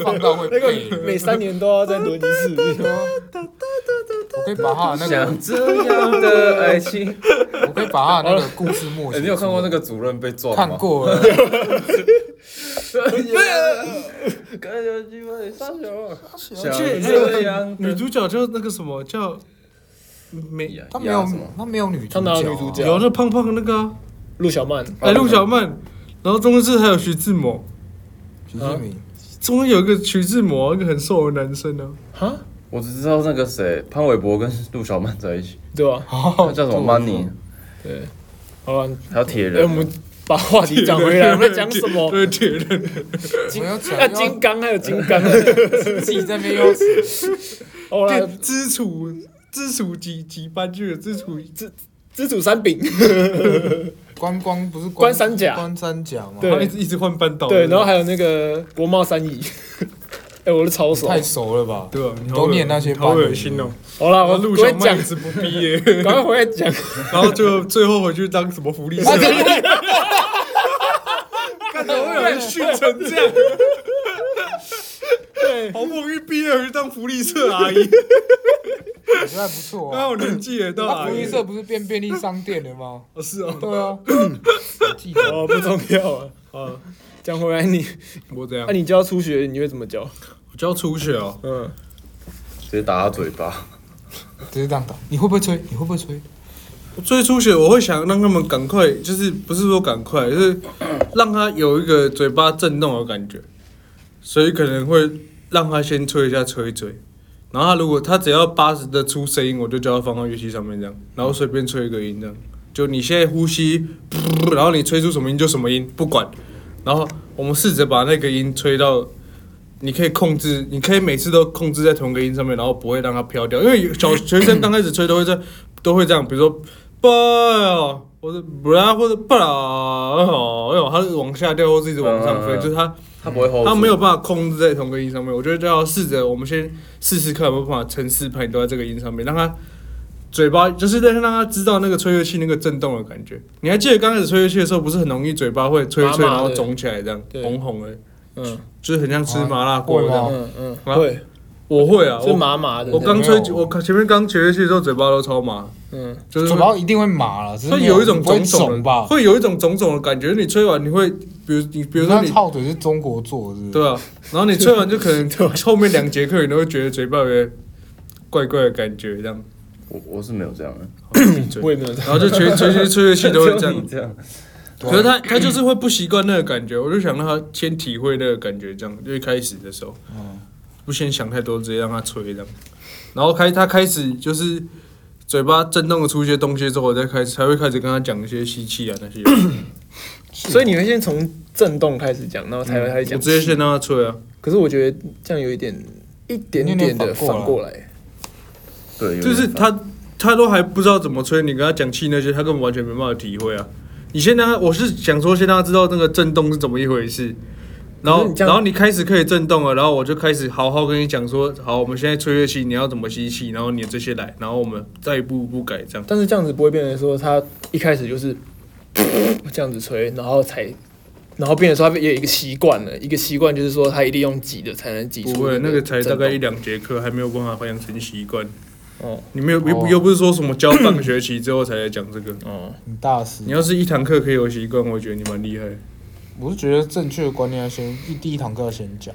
[SPEAKER 2] 放到会
[SPEAKER 1] 那个
[SPEAKER 2] 背。
[SPEAKER 1] 每三年都要再轮一次。
[SPEAKER 2] 我可以把他的那个，
[SPEAKER 4] 想这样的爱情。
[SPEAKER 2] 我可以把他的那个故事默
[SPEAKER 4] 哎、
[SPEAKER 2] 写。
[SPEAKER 4] 你有看过那？个主任被撞吗？
[SPEAKER 2] 看。过了。
[SPEAKER 4] 感觉鸡巴你杀小，
[SPEAKER 3] 而且
[SPEAKER 4] 这样
[SPEAKER 3] 女主角就那个什么叫美，
[SPEAKER 2] 他没 有
[SPEAKER 4] 什么，
[SPEAKER 2] 他没有女主角、
[SPEAKER 1] 他
[SPEAKER 2] 啊，
[SPEAKER 1] 哪有女主角
[SPEAKER 3] 有那胖胖的那个啊
[SPEAKER 1] 陆小曼，
[SPEAKER 3] 哎陆小曼，然后中间是还有徐志摩，
[SPEAKER 2] 徐志明、
[SPEAKER 3] 中间有一个徐志摩，一个很瘦的男生啊呢，
[SPEAKER 1] 哈，
[SPEAKER 4] 我只知道那个谁潘玮柏跟陆小曼在一起，
[SPEAKER 1] 对吧？
[SPEAKER 4] 他叫什么 Money，
[SPEAKER 1] 对，好了，
[SPEAKER 4] 还有铁
[SPEAKER 1] 哎，我
[SPEAKER 4] 人，
[SPEAKER 1] 们把话题讲回 来，我们在讲什么？
[SPEAKER 3] 对铁人，
[SPEAKER 2] 我要讲
[SPEAKER 1] 啊，金刚还有金 刚，
[SPEAKER 2] 自己在那边又
[SPEAKER 1] 好了，
[SPEAKER 3] 知楚知楚几几班去了，知楚知，
[SPEAKER 1] 知足三饼，
[SPEAKER 2] 关光不是
[SPEAKER 1] 关三甲
[SPEAKER 2] 关三甲吗？
[SPEAKER 1] 对
[SPEAKER 3] 然后一直一直换班导，
[SPEAKER 1] 对，然后还有那个国贸三乙， 哎，我的超
[SPEAKER 2] 你
[SPEAKER 1] 熟。
[SPEAKER 2] 太熟了吧？
[SPEAKER 3] 对啊，你好
[SPEAKER 2] 都
[SPEAKER 3] 恶
[SPEAKER 2] 念那些
[SPEAKER 3] 好
[SPEAKER 2] 班
[SPEAKER 3] 恶
[SPEAKER 2] 的
[SPEAKER 3] 心哦，
[SPEAKER 1] 好了，
[SPEAKER 3] 然后
[SPEAKER 1] 我
[SPEAKER 3] 陆
[SPEAKER 1] 我
[SPEAKER 3] 小
[SPEAKER 1] 会讲
[SPEAKER 3] 曼一，直不毕 业，
[SPEAKER 1] 赶快回来讲。
[SPEAKER 3] 然后就最后回去当什么福
[SPEAKER 2] 啊
[SPEAKER 3] 利社， 看到会有人训成这样。
[SPEAKER 1] 对
[SPEAKER 3] 好不容易毕业回去当福利社阿姨，
[SPEAKER 2] 哦我觉得还不错
[SPEAKER 3] 刚
[SPEAKER 2] 啊。
[SPEAKER 3] 好年纪也到
[SPEAKER 2] 他
[SPEAKER 3] 阿
[SPEAKER 2] 福利
[SPEAKER 3] 姨。
[SPEAKER 2] 社不是变便利商店了吗？
[SPEAKER 3] 哦是哦，
[SPEAKER 2] 对啊，我记得
[SPEAKER 1] 哦，不重要啊。啊，讲回来你，啊
[SPEAKER 3] 我这样
[SPEAKER 1] 那，你教初学，你会怎么教？
[SPEAKER 3] 我就要出血哦。
[SPEAKER 1] 嗯，
[SPEAKER 4] 直接打他嘴巴，
[SPEAKER 2] 只是这样打。你会不会吹？你会不会吹？
[SPEAKER 3] 追出血，我会想让他们赶快，就是不是说赶快，就是让他有一个嘴巴震动的感觉，所以可能会让他先吹一下吹一吹，然后他如果他只要八十的出声音，我就叫他放到乐器上面这样，然后随便吹一个音这样，就你现在呼吸，噗然后你吹出什么音就什么音，不管，然后我们试着把那个音吹到。你可以控制，你可以每次都控制在同一个音上面，然后不会让它飘掉。因为有小学生刚开始吹都会这，都会这样，比如说不，或者不啦，或者不啦，哦，哎呦，它是往下掉或是一直往上飞，
[SPEAKER 4] 嗯
[SPEAKER 3] 就是它
[SPEAKER 4] 他不会
[SPEAKER 1] 哦
[SPEAKER 4] hold，
[SPEAKER 3] 他
[SPEAKER 4] 住
[SPEAKER 3] 没有办法控制在同个音上面，我觉得就要试着，我们先试试看有没有办法层次排都在这个音上面，让他嘴巴就是让让他知道那个吹乐器那个震动的感觉。你还记得刚开始吹乐器的时候，不是很容易嘴巴会吹一吹，
[SPEAKER 1] 麻麻的
[SPEAKER 3] 然后肿起来这样，
[SPEAKER 1] 对
[SPEAKER 3] 红红的，
[SPEAKER 1] 嗯
[SPEAKER 3] 就是很像吃麻辣锅这
[SPEAKER 2] 啊
[SPEAKER 3] 样
[SPEAKER 2] 会。
[SPEAKER 1] 嗯嗯，
[SPEAKER 3] 啊
[SPEAKER 1] 会，
[SPEAKER 3] 我会啊，
[SPEAKER 1] 是
[SPEAKER 3] 我
[SPEAKER 1] 麻麻的。
[SPEAKER 3] 我刚吹
[SPEAKER 2] 没，有
[SPEAKER 3] 我刚前面刚学乐器的时候嘴巴都超麻，
[SPEAKER 1] 嗯，
[SPEAKER 3] 就是
[SPEAKER 2] 嘴巴一定会麻了，只是
[SPEAKER 3] 会
[SPEAKER 2] 没
[SPEAKER 3] 有一种
[SPEAKER 2] 不会
[SPEAKER 3] 肿肿的
[SPEAKER 2] 肿吧？
[SPEAKER 3] 会有一种肿肿的感觉。你吹完你会，比如你比
[SPEAKER 2] 比
[SPEAKER 3] 如
[SPEAKER 2] 如
[SPEAKER 3] 说
[SPEAKER 2] 说
[SPEAKER 3] 你
[SPEAKER 2] 操嘴是中国做的是不是，
[SPEAKER 3] 对啊，然后你吹完就可能后面两节课你都会觉得嘴巴有点怪怪的感觉，这样。
[SPEAKER 4] 我我是没有这样的，
[SPEAKER 1] 我也没有这样。
[SPEAKER 3] 然后就吹吹吹吹乐器都会 这样。
[SPEAKER 4] 这样，
[SPEAKER 2] 对啊
[SPEAKER 3] 可是他他就是会不习惯那个感觉，我就想让他先体会那个感觉，这样就一开始的时候，不先想太多，直接让他吹这样。然后开他开始就是嘴巴震动出一些东西之后，我再开始才会开始跟他讲一些吸气啊那些。
[SPEAKER 1] 所以你会先从震动开始讲，然后才会开始
[SPEAKER 3] 嗯我
[SPEAKER 1] 讲。
[SPEAKER 3] 直接先让他吹啊，
[SPEAKER 1] 可是我觉得这样有一点一点点的反过来。
[SPEAKER 4] 对，有
[SPEAKER 3] 就
[SPEAKER 4] 点
[SPEAKER 3] 是
[SPEAKER 4] 烦
[SPEAKER 3] 他他都还不知道怎么吹，你跟他讲气那些，他根本完全没办法体会啊。你先让他，我是想说先让他知道那个震动是怎么一回事，
[SPEAKER 1] 可是
[SPEAKER 3] 然后
[SPEAKER 1] 你这样
[SPEAKER 3] 然后你开始可以震动了，然后我就开始好好跟你讲说，好，我们现在吹乐器，你要怎么吸气，然后你这些来，然后我们再一步一步改这样。
[SPEAKER 1] 但是这样子不会变成说他一开始就是这样子吹，然后才，然后变成说他也有一个习惯了，一个习惯就是说他一定用挤的才能挤出。
[SPEAKER 3] 不会，那个才大概一。两节课，还没有办法培养成习惯。
[SPEAKER 1] 哦
[SPEAKER 3] 你没有又不又不是说什么教半个学期之后才来讲这个。
[SPEAKER 1] 哦，
[SPEAKER 2] 很大师
[SPEAKER 3] 你。要是一堂课可以有习惯，我觉得你蛮厉害的。
[SPEAKER 2] 我是觉得正确的观念要先一第一堂课要先讲，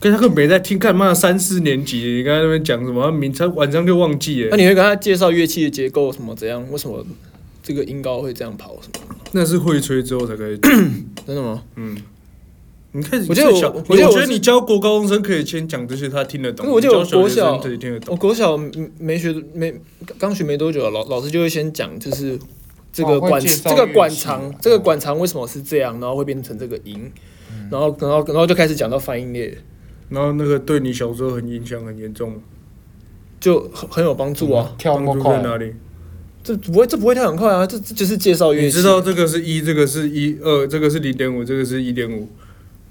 [SPEAKER 3] 跟他根本没在听，干嘛三四年级？你刚才那边讲什么？他明他晚上就忘记
[SPEAKER 1] 那
[SPEAKER 3] 了，
[SPEAKER 1] 你会跟他介绍乐器的结构什么怎样？为什么这个音高会这样跑什么？
[SPEAKER 3] 那是会吹之后才 开始。
[SPEAKER 1] 真的吗？
[SPEAKER 3] 嗯，你开始
[SPEAKER 1] 我觉得我
[SPEAKER 3] 最小
[SPEAKER 1] 我
[SPEAKER 3] 我
[SPEAKER 1] 觉得我
[SPEAKER 3] 觉得
[SPEAKER 1] 是
[SPEAKER 3] 你教国高中生可以先讲这些，他听得懂。
[SPEAKER 1] 可是我记得我
[SPEAKER 3] 你教
[SPEAKER 1] 国
[SPEAKER 3] 学生
[SPEAKER 1] 小
[SPEAKER 3] 可以听得
[SPEAKER 1] 我
[SPEAKER 3] 懂。
[SPEAKER 1] 国小没没学没刚学没多久，啊老老师就会先讲，就是这个
[SPEAKER 2] 哦会
[SPEAKER 1] 管、
[SPEAKER 2] 介绍
[SPEAKER 1] 这个管
[SPEAKER 2] 乐器
[SPEAKER 1] 长
[SPEAKER 2] 啊
[SPEAKER 1] 这个管长为什么是这样，然后会变成这个音，
[SPEAKER 2] 嗯
[SPEAKER 1] 然后然后然后就开始讲到泛音列，
[SPEAKER 3] 然后那个对你小时候很影响很严重，
[SPEAKER 1] 就很很有帮助
[SPEAKER 3] 嗯
[SPEAKER 1] 啊。
[SPEAKER 2] 跳那么
[SPEAKER 3] 当初在
[SPEAKER 2] 快，
[SPEAKER 3] 哪里？
[SPEAKER 1] 这不会这不会跳很快啊，这这就是介绍乐器。
[SPEAKER 3] 你知道这个是一，这个是一二，这个是零点五，这个是一点五，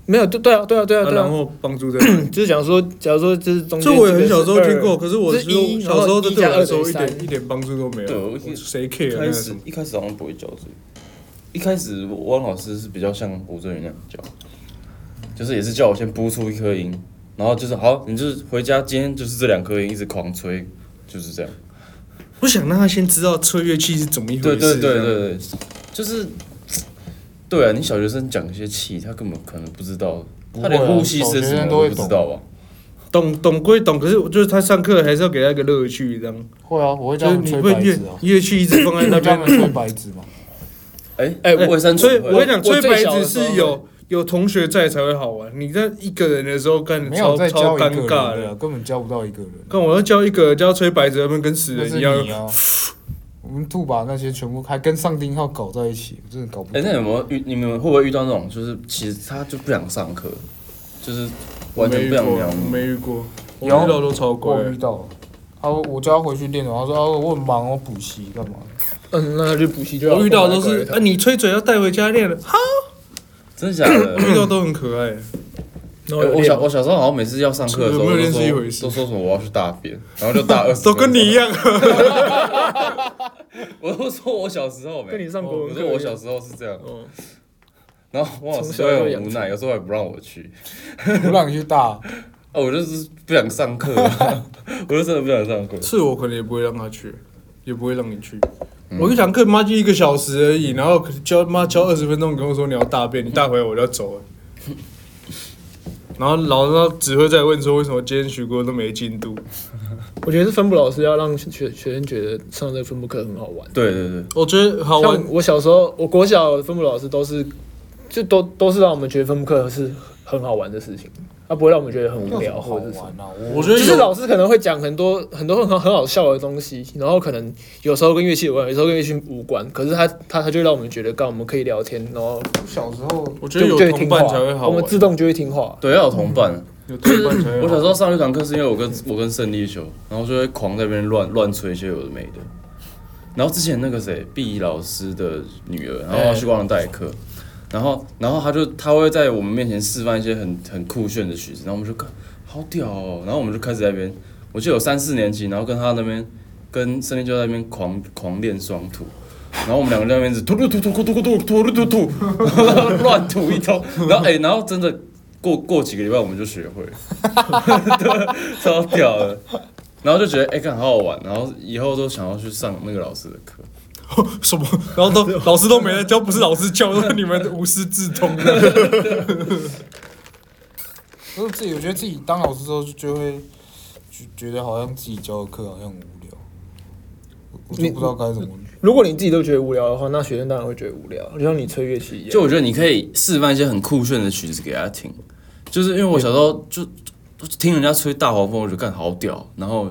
[SPEAKER 1] 没有？对对啊对啊对啊
[SPEAKER 3] 啊
[SPEAKER 1] 对
[SPEAKER 3] 然
[SPEAKER 1] 啊，
[SPEAKER 3] 后帮助在哪里？
[SPEAKER 1] 就是讲说，假如说就是 中间
[SPEAKER 3] 这我也很小时候
[SPEAKER 1] 这个是
[SPEAKER 3] 听过，可是我
[SPEAKER 1] 这是一
[SPEAKER 3] 小时候这对我来说一
[SPEAKER 1] 然后一加二等于
[SPEAKER 3] 点
[SPEAKER 1] 三
[SPEAKER 3] 一点帮助都没
[SPEAKER 4] 对
[SPEAKER 3] 有
[SPEAKER 4] 我，
[SPEAKER 3] 谁 care 啊那
[SPEAKER 4] 开
[SPEAKER 3] 个什
[SPEAKER 4] 始
[SPEAKER 3] 么？
[SPEAKER 4] 一开始好像不会教这个，一开始我汪老师是比较像胡振宇那样教，就是也是叫我先拨出一颗音，然后就是好，你就是回家今天就是这两颗音一直狂吹，就是这样。
[SPEAKER 3] 我想让他先知道吹乐器是怎么一回
[SPEAKER 4] 对
[SPEAKER 3] 事。
[SPEAKER 4] 对对
[SPEAKER 3] 这样
[SPEAKER 4] 对对，就是对啊，你小学生讲一些气，他根本可能不知道，
[SPEAKER 2] 不
[SPEAKER 4] 他
[SPEAKER 2] 会啊
[SPEAKER 4] 连呼吸是什
[SPEAKER 2] 小学
[SPEAKER 4] 么
[SPEAKER 2] 生都会
[SPEAKER 4] 不
[SPEAKER 2] 懂
[SPEAKER 4] 知道啊吧？
[SPEAKER 3] 懂懂归懂，可是我就是他上课还是要给他一个乐趣，这样。
[SPEAKER 2] 会啊，我会叫
[SPEAKER 3] 就
[SPEAKER 2] 他
[SPEAKER 3] 是
[SPEAKER 2] 们吹
[SPEAKER 3] 你会
[SPEAKER 2] 白
[SPEAKER 3] 乐
[SPEAKER 2] 纸哦，
[SPEAKER 3] 乐器一直放在那
[SPEAKER 2] 那叫他们，
[SPEAKER 3] 边
[SPEAKER 2] 吹白纸嘛。
[SPEAKER 4] 哎
[SPEAKER 1] 哎
[SPEAKER 4] 魏三
[SPEAKER 3] 所以
[SPEAKER 4] 楚
[SPEAKER 3] 我跟你讲，
[SPEAKER 1] 我
[SPEAKER 3] 吹
[SPEAKER 1] 最
[SPEAKER 3] 白
[SPEAKER 1] 小
[SPEAKER 3] 纸
[SPEAKER 1] 的时候
[SPEAKER 3] 是有有同学在才会好玩，你在一个人的时候干
[SPEAKER 2] 没有
[SPEAKER 3] 超
[SPEAKER 2] 再
[SPEAKER 3] 超
[SPEAKER 2] 教一
[SPEAKER 3] 尴
[SPEAKER 2] 个人
[SPEAKER 3] 尬
[SPEAKER 2] 的
[SPEAKER 3] 的
[SPEAKER 2] 啊，。根本教不到一个人。
[SPEAKER 3] 看我要教一个教吹白纸，他们跟死
[SPEAKER 2] 那是
[SPEAKER 3] 人一样。
[SPEAKER 2] 你啊！我们兔把那些全部还跟上丁号搞在一起，我真的搞不
[SPEAKER 4] 哎、
[SPEAKER 2] 懂。
[SPEAKER 4] 那有没有遇你们会不会遇到那种，就是其实他就不想上课，就是完全不想
[SPEAKER 3] 没遇
[SPEAKER 4] 聊
[SPEAKER 3] 过，
[SPEAKER 4] 你？
[SPEAKER 3] 没遇过，我遇
[SPEAKER 2] 有
[SPEAKER 3] 到都超乖
[SPEAKER 2] 我。遇到了，他说我叫他回去练了，他说啊我很忙，我补习干嘛？
[SPEAKER 1] 嗯，那他去补习就好。
[SPEAKER 3] 我遇到都
[SPEAKER 1] 干
[SPEAKER 3] 是
[SPEAKER 1] 嘛，
[SPEAKER 3] 啊，你吹嘴要带回家练了，哈，
[SPEAKER 4] 真的假 的？
[SPEAKER 3] 遇到都很可爱。
[SPEAKER 1] 然后
[SPEAKER 4] 哎
[SPEAKER 1] 有
[SPEAKER 4] 我
[SPEAKER 1] 练
[SPEAKER 4] 小我小时候好像每次要上课的时候，
[SPEAKER 3] 没有练
[SPEAKER 4] 都
[SPEAKER 3] 是
[SPEAKER 4] 说
[SPEAKER 3] 一回事
[SPEAKER 4] 都说什么我要去大便，然后就大二十，
[SPEAKER 3] 都跟你一，样，
[SPEAKER 4] 我都说我小时候没，哦
[SPEAKER 1] 跟你上国
[SPEAKER 4] 我
[SPEAKER 1] 文
[SPEAKER 4] 说
[SPEAKER 1] 课，
[SPEAKER 4] 我小时候是这样，
[SPEAKER 1] 哦，
[SPEAKER 4] 然后我老师
[SPEAKER 1] 从小就
[SPEAKER 4] 会
[SPEAKER 1] 养
[SPEAKER 4] 很无
[SPEAKER 1] 成
[SPEAKER 4] 奈，有时候也不让我去，
[SPEAKER 2] 不让你去大，
[SPEAKER 4] 哦，我就是不想上课，啊 我就真的不想上课。
[SPEAKER 3] 是我可能也不会让他去，也不会让你去。
[SPEAKER 1] 嗯
[SPEAKER 3] 我一堂课妈就一个小时而已，然后教妈教二十分钟，跟我说你要大便，你大回来我就要走 了。然后老师他只会再问说为什么今天徐哥都没进度。
[SPEAKER 1] 我觉得是分部老师要让学学学生觉得上这个分部课很好玩。
[SPEAKER 4] 对对对，
[SPEAKER 3] 我觉得好玩
[SPEAKER 1] 像，我小时候，我国小的分部老师都是，就都都是让我们觉得分部课是很好玩的事情，他 不会让我们觉得很无
[SPEAKER 2] 有什
[SPEAKER 1] 聊
[SPEAKER 2] 么好
[SPEAKER 1] 或者是什么。
[SPEAKER 2] 玩啊？
[SPEAKER 3] 我
[SPEAKER 2] 我
[SPEAKER 3] 觉得
[SPEAKER 1] 就是
[SPEAKER 3] 有
[SPEAKER 1] 老师可能会讲很多很多很好很好笑的东西，然后可能有时候跟乐器有关，有时候跟乐器无关，可是他他他就让我们觉得，干我们可以聊天，然后
[SPEAKER 2] 小时候
[SPEAKER 3] 我觉
[SPEAKER 1] 就
[SPEAKER 3] 得有
[SPEAKER 1] 就会
[SPEAKER 3] 同
[SPEAKER 1] 听
[SPEAKER 3] 伴
[SPEAKER 1] 话
[SPEAKER 3] 才会，好
[SPEAKER 1] 我
[SPEAKER 3] 玩
[SPEAKER 1] 们，自动就会听话。
[SPEAKER 4] 对要有同伴。啊
[SPEAKER 3] 有同伴才会好玩。
[SPEAKER 4] 我小时候上一堂课是因为我跟我跟胜利修，然后就会狂在那边乱乱吹一些有的没的。然后之前那个谁毕老师的女儿，然后她去帮我代课，然后然后她就她会在我们面前示范一些很很酷炫的曲子，然后我们就看好屌哦，然后我们就开始在那边，我记得有三四年级，然后跟她那边跟胜利就在那边狂狂练双吐。然后我们两个在那边一直吐吐吐吐吐吐吐吐吐吐吐，然后乱吐一通，然后哎、然后真的过过几个礼拜我们就学会了。超屌的。然后就觉得哎，看、好好玩，然后以后都想要去上那个老师的课。
[SPEAKER 3] 什么，然后都老师都没来教，不是老师教，都是你们无师自通的。
[SPEAKER 2] 我自己，我觉得自己当老师之后就就会就觉得好像自己教的课好像很无聊，我我就
[SPEAKER 1] 你
[SPEAKER 2] 不知道该怎么。
[SPEAKER 1] 如果你自己都觉得无聊的话，那学生当然会觉得无聊，就像你吹乐器一样。
[SPEAKER 4] 就我觉得你可以示范一些很酷炫的曲子给他听，就是因为我小时候就就听人家吹大黄蜂，我就看好屌，然后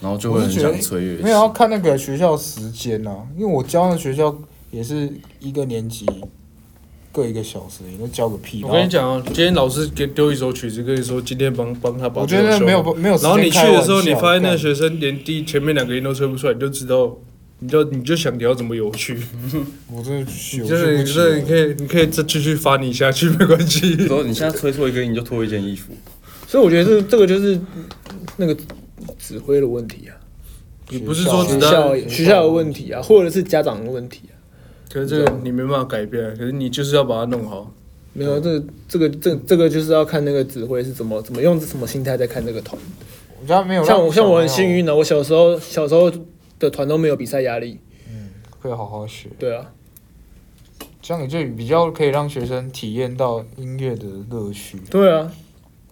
[SPEAKER 4] 然后就会
[SPEAKER 2] 我
[SPEAKER 4] 很
[SPEAKER 2] 是觉得
[SPEAKER 4] 想吹乐器。
[SPEAKER 2] 没有要看那个学校时间呐、因为我教的学校也是一个年级各一个小时，也就教个屁。
[SPEAKER 3] 我跟你讲啊，今天老师给丢一首曲子，跟你说今天帮帮他把
[SPEAKER 2] 我
[SPEAKER 3] 这
[SPEAKER 2] 觉
[SPEAKER 3] 首
[SPEAKER 2] 得
[SPEAKER 3] 修
[SPEAKER 2] 没有
[SPEAKER 3] 好
[SPEAKER 2] 没有时间
[SPEAKER 3] 然后你去的时
[SPEAKER 2] 开
[SPEAKER 3] 候，
[SPEAKER 2] 玩笑
[SPEAKER 3] 你发现那个
[SPEAKER 2] 干
[SPEAKER 3] 学生连第一前面两个音都吹不出来，你就知道，你就你就想你要怎么有趣。
[SPEAKER 2] 我真的去，我
[SPEAKER 3] 就
[SPEAKER 2] 去
[SPEAKER 3] 是你
[SPEAKER 2] 不啊
[SPEAKER 3] 这你
[SPEAKER 2] 起
[SPEAKER 3] 可以你可以再继续发你下去没关 系。
[SPEAKER 4] 说你现在吹错一根，你就脱一件衣服。
[SPEAKER 1] 所以我觉得这这个就是那个指挥的问题啊，
[SPEAKER 3] 你不是说
[SPEAKER 2] 学
[SPEAKER 1] 学
[SPEAKER 3] 只
[SPEAKER 2] 校
[SPEAKER 3] 当
[SPEAKER 1] 校，学校的问题啊，或者是家长的问题啊。
[SPEAKER 3] 可是这个你没办法改变，可是你就是要把它弄好。
[SPEAKER 1] 没有，这这个这这个就是要看那个指挥是怎么怎么用什么心态在看这个团。
[SPEAKER 2] 哎我家没有让
[SPEAKER 1] 像我像我很
[SPEAKER 2] 小
[SPEAKER 1] 幸
[SPEAKER 2] 朋友
[SPEAKER 1] 运的，我小时候小时候的团都没有比赛压力。
[SPEAKER 2] 哦可以好好学，
[SPEAKER 1] 对啊，
[SPEAKER 2] 这样也就比较可以让学生体验到音乐的乐趣，
[SPEAKER 1] 对啊，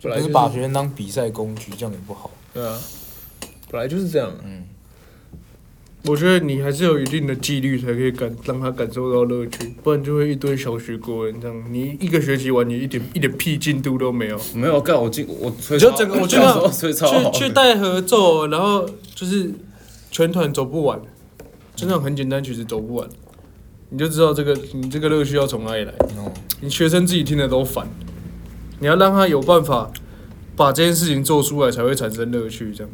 [SPEAKER 2] 就不
[SPEAKER 1] 本来就是是
[SPEAKER 2] 把学生当比赛工具，这样也不好。
[SPEAKER 1] 对啊，本来就是这样。啊
[SPEAKER 3] 我觉得你还是有一定的纪律才可以感让他感受到乐趣，不然就会一堆小学国文这样，你一个学期完你一点一点屁进度都没有。
[SPEAKER 4] 没有干，我进我吹
[SPEAKER 3] 你
[SPEAKER 4] 超。
[SPEAKER 3] 就整个我觉
[SPEAKER 4] 小 时候
[SPEAKER 3] 得
[SPEAKER 4] 吹超好。
[SPEAKER 3] 去去带合奏，然后就是全团走不完，就那种很简单曲子走不完，你就知道这个你这个乐趣要从哪里来。
[SPEAKER 2] 哦
[SPEAKER 3] 你学生自己听的都烦，你要让他有办法把这件事情做出来，才会产生乐趣。这样。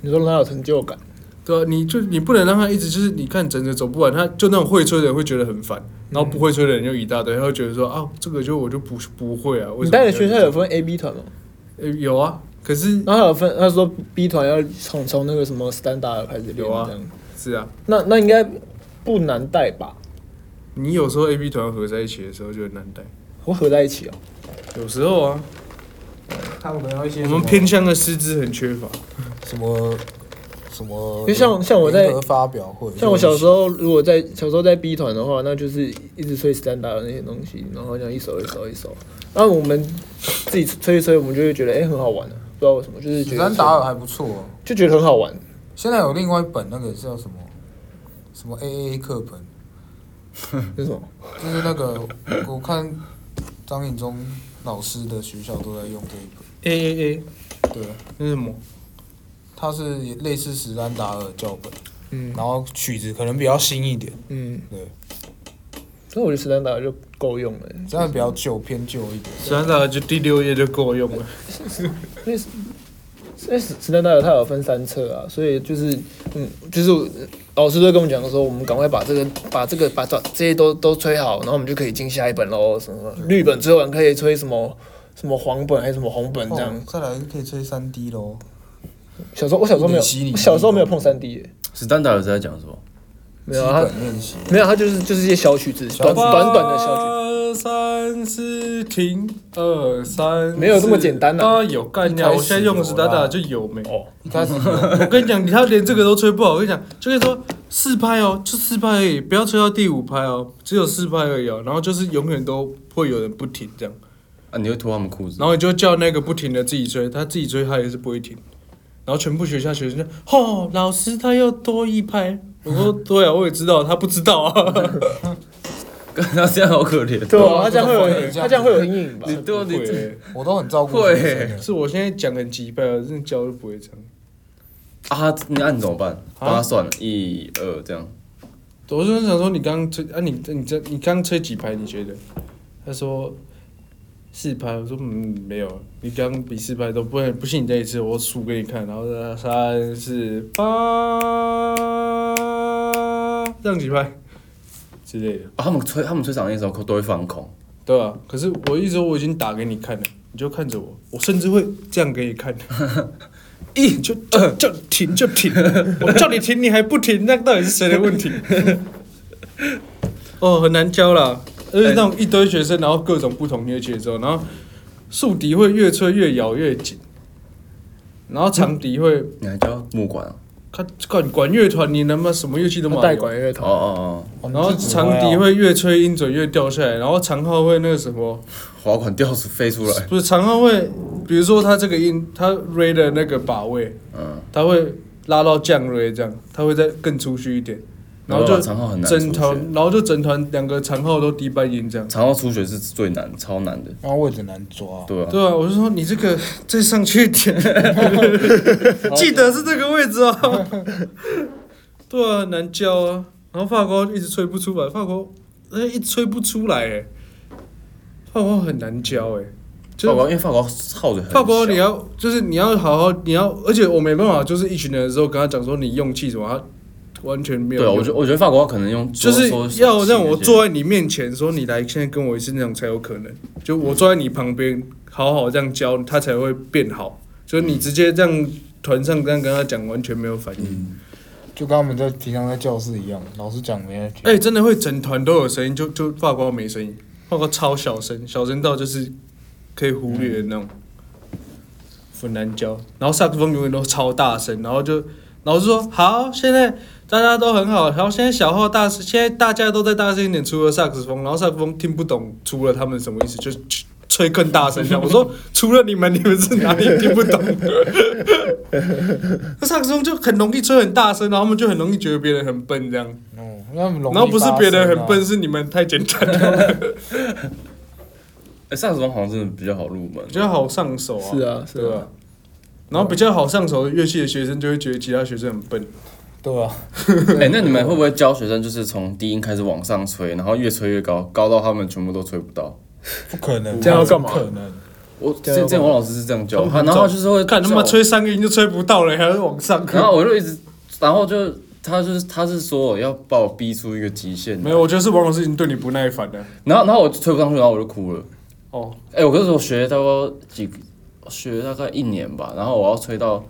[SPEAKER 1] 你说让他有成就感，
[SPEAKER 3] 对啊，你就你不能让他一直就是你看整整走不完，他就那种会吹的人会觉得很烦，然后不会吹的人又一大堆，他会觉得说啊，这个就我就不不会啊。为什么
[SPEAKER 1] 你带的学校有
[SPEAKER 3] 要
[SPEAKER 1] 分 A、B 团吗？
[SPEAKER 3] 呃有啊，可是
[SPEAKER 1] 然后还有分，他说 B 团要从从那个什么 standard 开始练
[SPEAKER 3] 有啊
[SPEAKER 1] 这样。
[SPEAKER 3] 是啊，
[SPEAKER 1] 那那应该不难带吧？
[SPEAKER 3] 你有时候 A B 团合在一起的时候就很难带，
[SPEAKER 1] 我合在一起哦。
[SPEAKER 3] 有时候啊，
[SPEAKER 2] 他们可能要一些
[SPEAKER 3] 我们偏向的师资很缺乏，
[SPEAKER 2] 什么什么
[SPEAKER 1] 因为像像我在
[SPEAKER 2] 联合发表会，
[SPEAKER 1] 像我小时候，如果在小时候在 B 团的话，那就是一直吹 stand up 的那些东西，然后这样一首一首一首，然后我们自己吹一吹，我们就会觉得哎、诶很好玩的、不知道为什么，就是
[SPEAKER 2] 史
[SPEAKER 1] 觉
[SPEAKER 2] 丹
[SPEAKER 1] 得
[SPEAKER 2] 达尔还不错哦、
[SPEAKER 1] 就觉得很好玩。
[SPEAKER 2] 现在有另外一本那个叫什么什么 A A 课本，
[SPEAKER 1] 那什么？
[SPEAKER 2] 就是那个我看张颖忠老师的学校都在用这一本，
[SPEAKER 3] A A A
[SPEAKER 2] 对，
[SPEAKER 3] 那是什么？
[SPEAKER 2] 它是也类似史丹达尔教本，
[SPEAKER 1] 嗯
[SPEAKER 2] 然后曲子可能比较新一点，
[SPEAKER 1] 嗯，
[SPEAKER 2] 对，
[SPEAKER 1] 所以我觉得 stand up 就够用了、
[SPEAKER 2] 这样比较旧偏旧一点，
[SPEAKER 3] 实际上就第六页就够用了。
[SPEAKER 1] 因为因为 stand up 它有分三册啊，所以就是嗯，就是我老师都会跟我们讲说，我们赶快把这个把这个把这这些都都吹好，然后我们就可以进下一本喽。什么绿本吹完可以吹什么什么黄本还是什么红本这样
[SPEAKER 2] 哦。，再来可以吹三 D 喽，
[SPEAKER 1] 小时候我小时候没有
[SPEAKER 2] 你洗你，
[SPEAKER 1] 我小时候没有碰三 D，、耶，
[SPEAKER 4] 史丹达尔是在讲什么？
[SPEAKER 1] 没
[SPEAKER 2] 基
[SPEAKER 1] 有啊
[SPEAKER 2] 本练习。
[SPEAKER 1] 他没有他就是就是一些小曲子，短短短的小曲。
[SPEAKER 3] 二三四停，二三四
[SPEAKER 1] 没有这么简单啊
[SPEAKER 3] 啊！有干
[SPEAKER 2] 一开
[SPEAKER 3] 掉，
[SPEAKER 2] 始
[SPEAKER 3] 我现在用的是打
[SPEAKER 2] 有
[SPEAKER 3] 打
[SPEAKER 2] 啦
[SPEAKER 3] 就有没？
[SPEAKER 1] 哦，
[SPEAKER 2] 一开始有
[SPEAKER 3] 我跟你讲，你他连这个都吹不好，我跟你讲，就跟你说四拍哦，就四拍而已，不要吹到第五拍哦，只有四拍而已哦。然后就是永远都会有人不停这样，
[SPEAKER 4] 啊，你会脱他们裤子
[SPEAKER 3] 然？后你就叫那个不停的自己吹，他自己吹他也是不会停。然后全部学校学生就，吼，老师他又多一拍。我说对啊，我也知道，他不知道啊。
[SPEAKER 4] 他这样好可怜。
[SPEAKER 1] 对啊，他这样会
[SPEAKER 2] 这
[SPEAKER 1] 有
[SPEAKER 2] 样
[SPEAKER 1] 他这样会有阴影吧？
[SPEAKER 4] 你 对啊，你这
[SPEAKER 2] 我都很照顾
[SPEAKER 4] 会
[SPEAKER 2] 学生的，
[SPEAKER 3] 欸是我现在讲很急掰啊，真的教就不会这样。
[SPEAKER 4] 啊，你按怎么办？帮他算了，一二这样。
[SPEAKER 3] 我就是想说，你刚刚吹啊你，你这你刚刚吹几拍？你觉得？他说四拍，我说嗯没有，你刚刚比四拍都不不信你再一次，我数给你看，然后他啊三四八，这样几拍之类的，
[SPEAKER 4] 啊，他们吹他们吹嗓音的时候都会放空，
[SPEAKER 3] 对吧、可是我一直说我已经打给你看了，你就看着我，我甚至会这样给你看。 一就就就停就停，我叫你停你还不停，那到底是谁的问题？ 哦，很难教啦，就是那种一堆学生，然后各种不同乐器的时候，然后竖笛会越吹越咬越紧，然后长笛会，
[SPEAKER 4] 你还教木管啊？
[SPEAKER 3] 看管管乐团，你能不能什么乐器都
[SPEAKER 1] 他
[SPEAKER 3] 嘛
[SPEAKER 1] 带
[SPEAKER 3] 有
[SPEAKER 1] 管乐
[SPEAKER 4] 哦
[SPEAKER 1] 团，
[SPEAKER 4] 哦
[SPEAKER 2] 哦
[SPEAKER 3] 然后长
[SPEAKER 1] 啊
[SPEAKER 3] 笛，会越吹音准越掉下来，然后长号会那个什么。
[SPEAKER 4] 哦，滑管掉出飞出来。
[SPEAKER 3] 不是常常会，比如说他这个音，他 re 的那个把位，
[SPEAKER 4] 嗯，
[SPEAKER 3] 他会拉到降 re 这样，他会再更出去一点，然后
[SPEAKER 4] 对啊
[SPEAKER 3] 就
[SPEAKER 4] 长号很难
[SPEAKER 3] 整
[SPEAKER 4] 出去
[SPEAKER 3] 团，然后就整团两个长号都低半音这样。
[SPEAKER 4] 长号初学是最难，超难的。
[SPEAKER 2] 然后位置难抓，
[SPEAKER 4] 对啊，
[SPEAKER 3] 对啊，我就说你这个再上去一 点，记得是这个位置哦。对啊，难教啊。然后法国一直吹不出来，法国哎一吹不出来哎，法国很难教哎，就
[SPEAKER 4] 法
[SPEAKER 3] 是
[SPEAKER 4] 国因为法国号嘴很小
[SPEAKER 3] 法国你要就是你要好好你要，而且我没办法，就是一群人的时候跟他讲说你用气什么，他完全没有
[SPEAKER 4] 对啊，
[SPEAKER 3] 用。
[SPEAKER 4] 我觉得我觉得法国话可能用
[SPEAKER 3] 就是
[SPEAKER 4] 说说
[SPEAKER 3] 要让
[SPEAKER 4] 说
[SPEAKER 3] 我
[SPEAKER 4] 气那些
[SPEAKER 3] 坐在你面前，说你来现在跟我一次那种才有可能。就我坐在你旁边，好好这样教他才会变好。就是
[SPEAKER 4] 嗯
[SPEAKER 3] 你直接这样团上这样跟他讲，完全没有反应。
[SPEAKER 2] 就跟他们在平常在教室一样，老师讲没人听。
[SPEAKER 3] 哎、真的会整团都有声音，就就法国没声音，法国超小声，小声到就是可以忽略的那种，很难教。然后萨克斯风永远都超大声，然后就老师说好，现在大家都很好，然后现在小号大声，现在大家都在大声一点，除了萨克斯风，然后萨克斯风听不懂，除了他们什么意思，就吹吹更大声这样。我说除了你们，你们是哪里听不懂？ 那萨克斯风就很容易吹很大声，然后他们就很容易觉得别人很笨这样。
[SPEAKER 2] 嗯，因为他们容易
[SPEAKER 3] 然后不是别人很
[SPEAKER 2] 发
[SPEAKER 3] 笨，
[SPEAKER 2] 生啊，
[SPEAKER 3] 是你们太简单了，
[SPEAKER 4] 哎，萨克斯风好像真的比较好入门
[SPEAKER 3] 比。较好上手啊。
[SPEAKER 1] 是啊是啊
[SPEAKER 3] 对吧？然后比较好上手的乐器的学生就会觉得其他学生很笨，
[SPEAKER 2] 对啊，
[SPEAKER 4] 哎，那你们会不会教学生就是从低音开始往上吹，然后越吹越高，高到他们全部都吹不到？
[SPEAKER 2] 不可能，
[SPEAKER 1] 这样要干嘛
[SPEAKER 2] 不可能，
[SPEAKER 4] 我之前之前王老师是这样
[SPEAKER 3] 啊
[SPEAKER 4] 教，
[SPEAKER 3] 他们
[SPEAKER 4] 他
[SPEAKER 3] 很
[SPEAKER 4] 啊然后
[SPEAKER 3] 早
[SPEAKER 4] 他就是会
[SPEAKER 3] 看他妈
[SPEAKER 4] 叫我
[SPEAKER 3] 吹三个音就吹不到了，还要往上。
[SPEAKER 4] 然后我就一直，然后就他就是他是说要把我逼出一个极限，
[SPEAKER 3] 没有，我觉得是王老师已经对你不耐烦了。
[SPEAKER 4] 然后然后我就推不上去，然后我就哭了。
[SPEAKER 3] 哦，
[SPEAKER 4] 哎、我跟你说，我学大概几，学大概一年吧，然后我要吹到，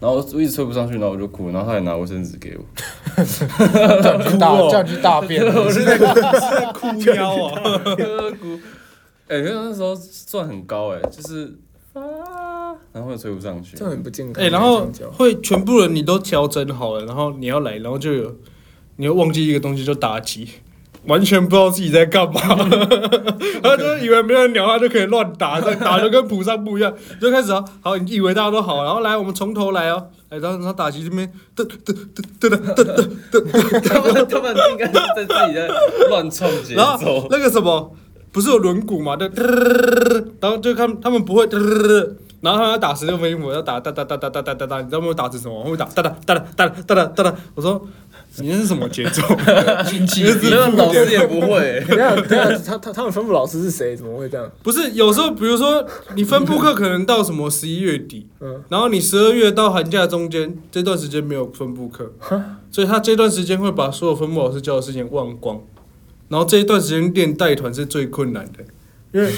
[SPEAKER 4] 然后我一直吹不上去，然后我就哭，然后他也拿卫生纸给我。
[SPEAKER 2] 叫你去大
[SPEAKER 3] 哭哦
[SPEAKER 2] 叫你去大便，
[SPEAKER 3] 哭喵啊！
[SPEAKER 4] 哎、那那时候算很高哎、就是啊，然后又吹不上去
[SPEAKER 1] 这。样很不健康。
[SPEAKER 3] 哎、然后
[SPEAKER 1] 这样教
[SPEAKER 3] 会全部人你都调整好了，然后你要来，然后就有你会忘记一个东西，就打击，完全不知道自己在干嘛，他就以为没人鸟他就可以乱打，这样打就跟谱上不一样，就开始啊，好，你以为大家都好，然后来我们从头来哦，哎，然后然后打击这边，噔噔噔噔噔噔噔
[SPEAKER 4] 他们他们应该是在自己在乱创节
[SPEAKER 3] 然后
[SPEAKER 4] 奏。
[SPEAKER 3] 那个什么，不是有轮毂嘛？就，然后就看他们不会，然后他们要打十六分音符，要打哒哒哒哒哒哒哒哒，你知道他们打成什么？他们打哒哒哒哒哒哒哒哒哒。我说你那是什么节奏？
[SPEAKER 4] 军器，那老师也不会。
[SPEAKER 1] 等一下等一下，他他他们分部老师是谁？怎么会这样？
[SPEAKER 3] 不是，有时候比如说你分布课可能到什么十一月底，
[SPEAKER 1] 嗯
[SPEAKER 3] 然后你十二月到寒假中间这段时间没有分布课，所以他这段时间会把所有分布老师教的事情忘光，然后这一段时间练带团是最困难的，因为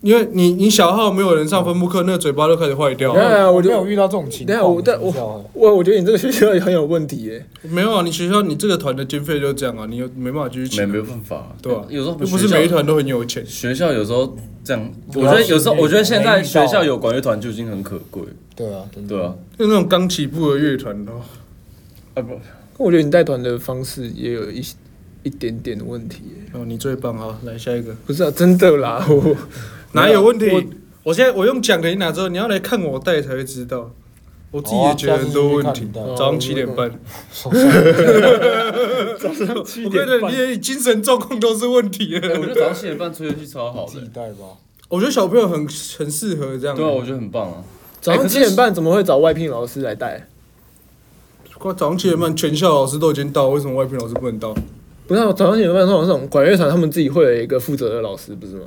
[SPEAKER 3] 因为你你小号没有人上分布课，那个嘴巴都开始坏掉
[SPEAKER 1] 等一
[SPEAKER 3] 了。
[SPEAKER 1] 下啊我
[SPEAKER 2] 我没
[SPEAKER 1] 就
[SPEAKER 2] 有遇到这种情
[SPEAKER 1] 等一下
[SPEAKER 2] 况，
[SPEAKER 1] 啊我但
[SPEAKER 2] 你知道吗
[SPEAKER 1] 我我我觉得你这个学校也很有问题耶。
[SPEAKER 3] 没有啊，你学校你这个团的经费就这样啊，你又没办法继续
[SPEAKER 4] 没
[SPEAKER 3] 请
[SPEAKER 4] 没
[SPEAKER 3] 啊，
[SPEAKER 4] 有办法，哎
[SPEAKER 3] 对吧、
[SPEAKER 4] 有时候
[SPEAKER 3] 又不是每一团都啊很有钱，
[SPEAKER 4] 学校有时候这样，我觉得有时候，我觉得现在学校有管乐团就已经很可贵，
[SPEAKER 2] 对啊，真的
[SPEAKER 4] 对啊，
[SPEAKER 3] 就那种刚起步的乐团哦，
[SPEAKER 4] 啊
[SPEAKER 3] 嗯
[SPEAKER 4] 不，
[SPEAKER 1] 我觉得你带团的方式也有一些一点点问题耶。
[SPEAKER 3] 哦，你最棒啊，来下一个。
[SPEAKER 1] 不是啊，真的啦，我
[SPEAKER 3] 哪有问题
[SPEAKER 1] 我？
[SPEAKER 3] 我现在我用讲给你拿之后，你要来看我带才会知道。我自己也觉得很多问题。
[SPEAKER 2] 好啊
[SPEAKER 3] 早上七点半，我跟你讲，你也精神状况都是问题
[SPEAKER 4] 哎我
[SPEAKER 3] 了。
[SPEAKER 4] 觉得早上七点半吹乐器超好
[SPEAKER 2] 自
[SPEAKER 4] 的
[SPEAKER 2] 己，带吧，
[SPEAKER 3] 我觉得小朋友很很适合这样。
[SPEAKER 4] 对啊，我觉得很棒啊。
[SPEAKER 1] 早
[SPEAKER 4] 哎
[SPEAKER 1] 上
[SPEAKER 4] 可是
[SPEAKER 1] 七点半怎么会找外聘老师来带？
[SPEAKER 3] 快早上七点半，全校老师都已经到，为什么外聘老师不能到？
[SPEAKER 1] 不是、啊、早上七点半，那种那种管乐团他们自己会有一个负责的老师，不是吗？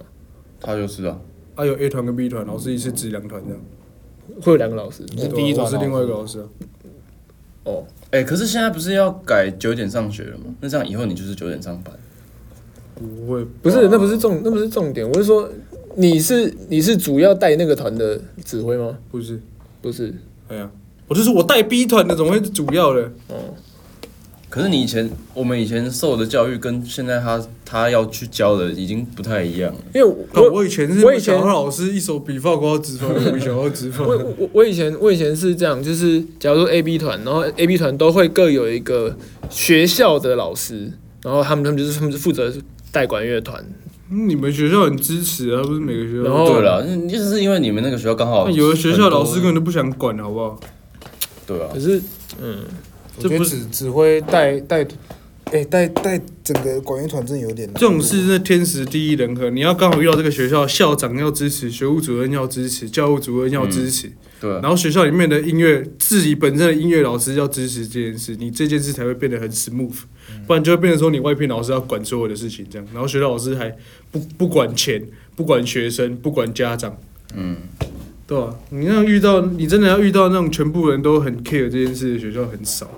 [SPEAKER 4] 他就是啊，
[SPEAKER 3] 啊，有 A 团跟 B 团，老师一次指两团这样。
[SPEAKER 1] 会有两个老师。
[SPEAKER 2] 是第一
[SPEAKER 3] 对
[SPEAKER 2] 团
[SPEAKER 3] 啊我是另
[SPEAKER 2] 老
[SPEAKER 3] 外
[SPEAKER 2] 师
[SPEAKER 3] 一个老师啊。
[SPEAKER 1] 哦，
[SPEAKER 4] 哎，可是现在不是要改九点上学了吗？那这样以后你就是九点上班，
[SPEAKER 3] 不会，
[SPEAKER 1] 不是，那不是重，那不是重点。我是说，你是你是主要带那个团的指挥吗？
[SPEAKER 3] 不是，
[SPEAKER 1] 不是，
[SPEAKER 3] 哎呀，我就是我带 B 团的，怎么会是主要的？
[SPEAKER 4] 可是你以前我们以前受的教育跟现在他他要去教的已经不太一样了。
[SPEAKER 1] 因为我
[SPEAKER 3] 那啊我以前是
[SPEAKER 1] 我以前
[SPEAKER 3] 小老师一手比发瓜直发，我小号直发。
[SPEAKER 1] 我我我以前我以前是这样，就是假如说 A B 团，然后 A B 团都会各有一个学校的老师，然后他们他们就是他们是负责带管乐团，
[SPEAKER 3] 嗯你们学校很支持啊，不是每个学校都。
[SPEAKER 1] 然后
[SPEAKER 4] 对了，那就是因为你们那个学校刚好
[SPEAKER 3] 那有的学校老师根
[SPEAKER 4] 跟
[SPEAKER 3] 本就不想管，好不好？
[SPEAKER 4] 对啊
[SPEAKER 1] 可，是嗯，
[SPEAKER 2] 我
[SPEAKER 3] 这
[SPEAKER 2] 觉
[SPEAKER 3] 不
[SPEAKER 2] 得
[SPEAKER 3] 是
[SPEAKER 2] 只只会带带，哎带带整个管乐团真的有点难
[SPEAKER 3] 这种
[SPEAKER 2] 度啊
[SPEAKER 3] 事是天时地利人和，你要刚好遇到这个学校，校长要支持，学务主任要支持，教务主任要支持，
[SPEAKER 4] 对啊
[SPEAKER 3] 然，后学校里面的音乐自己本身的音乐老师要支持这件事，你这件事才会变得很 smooth，不
[SPEAKER 4] 嗯
[SPEAKER 3] 然就会变成说你外聘老师要管所有的事情这样，然后学校老师还不不管钱，不管学生，不管家长，
[SPEAKER 4] 嗯。
[SPEAKER 3] 对吧、你那样遇到，你真的要遇到那种全部人都很 care 这件事的学校很少。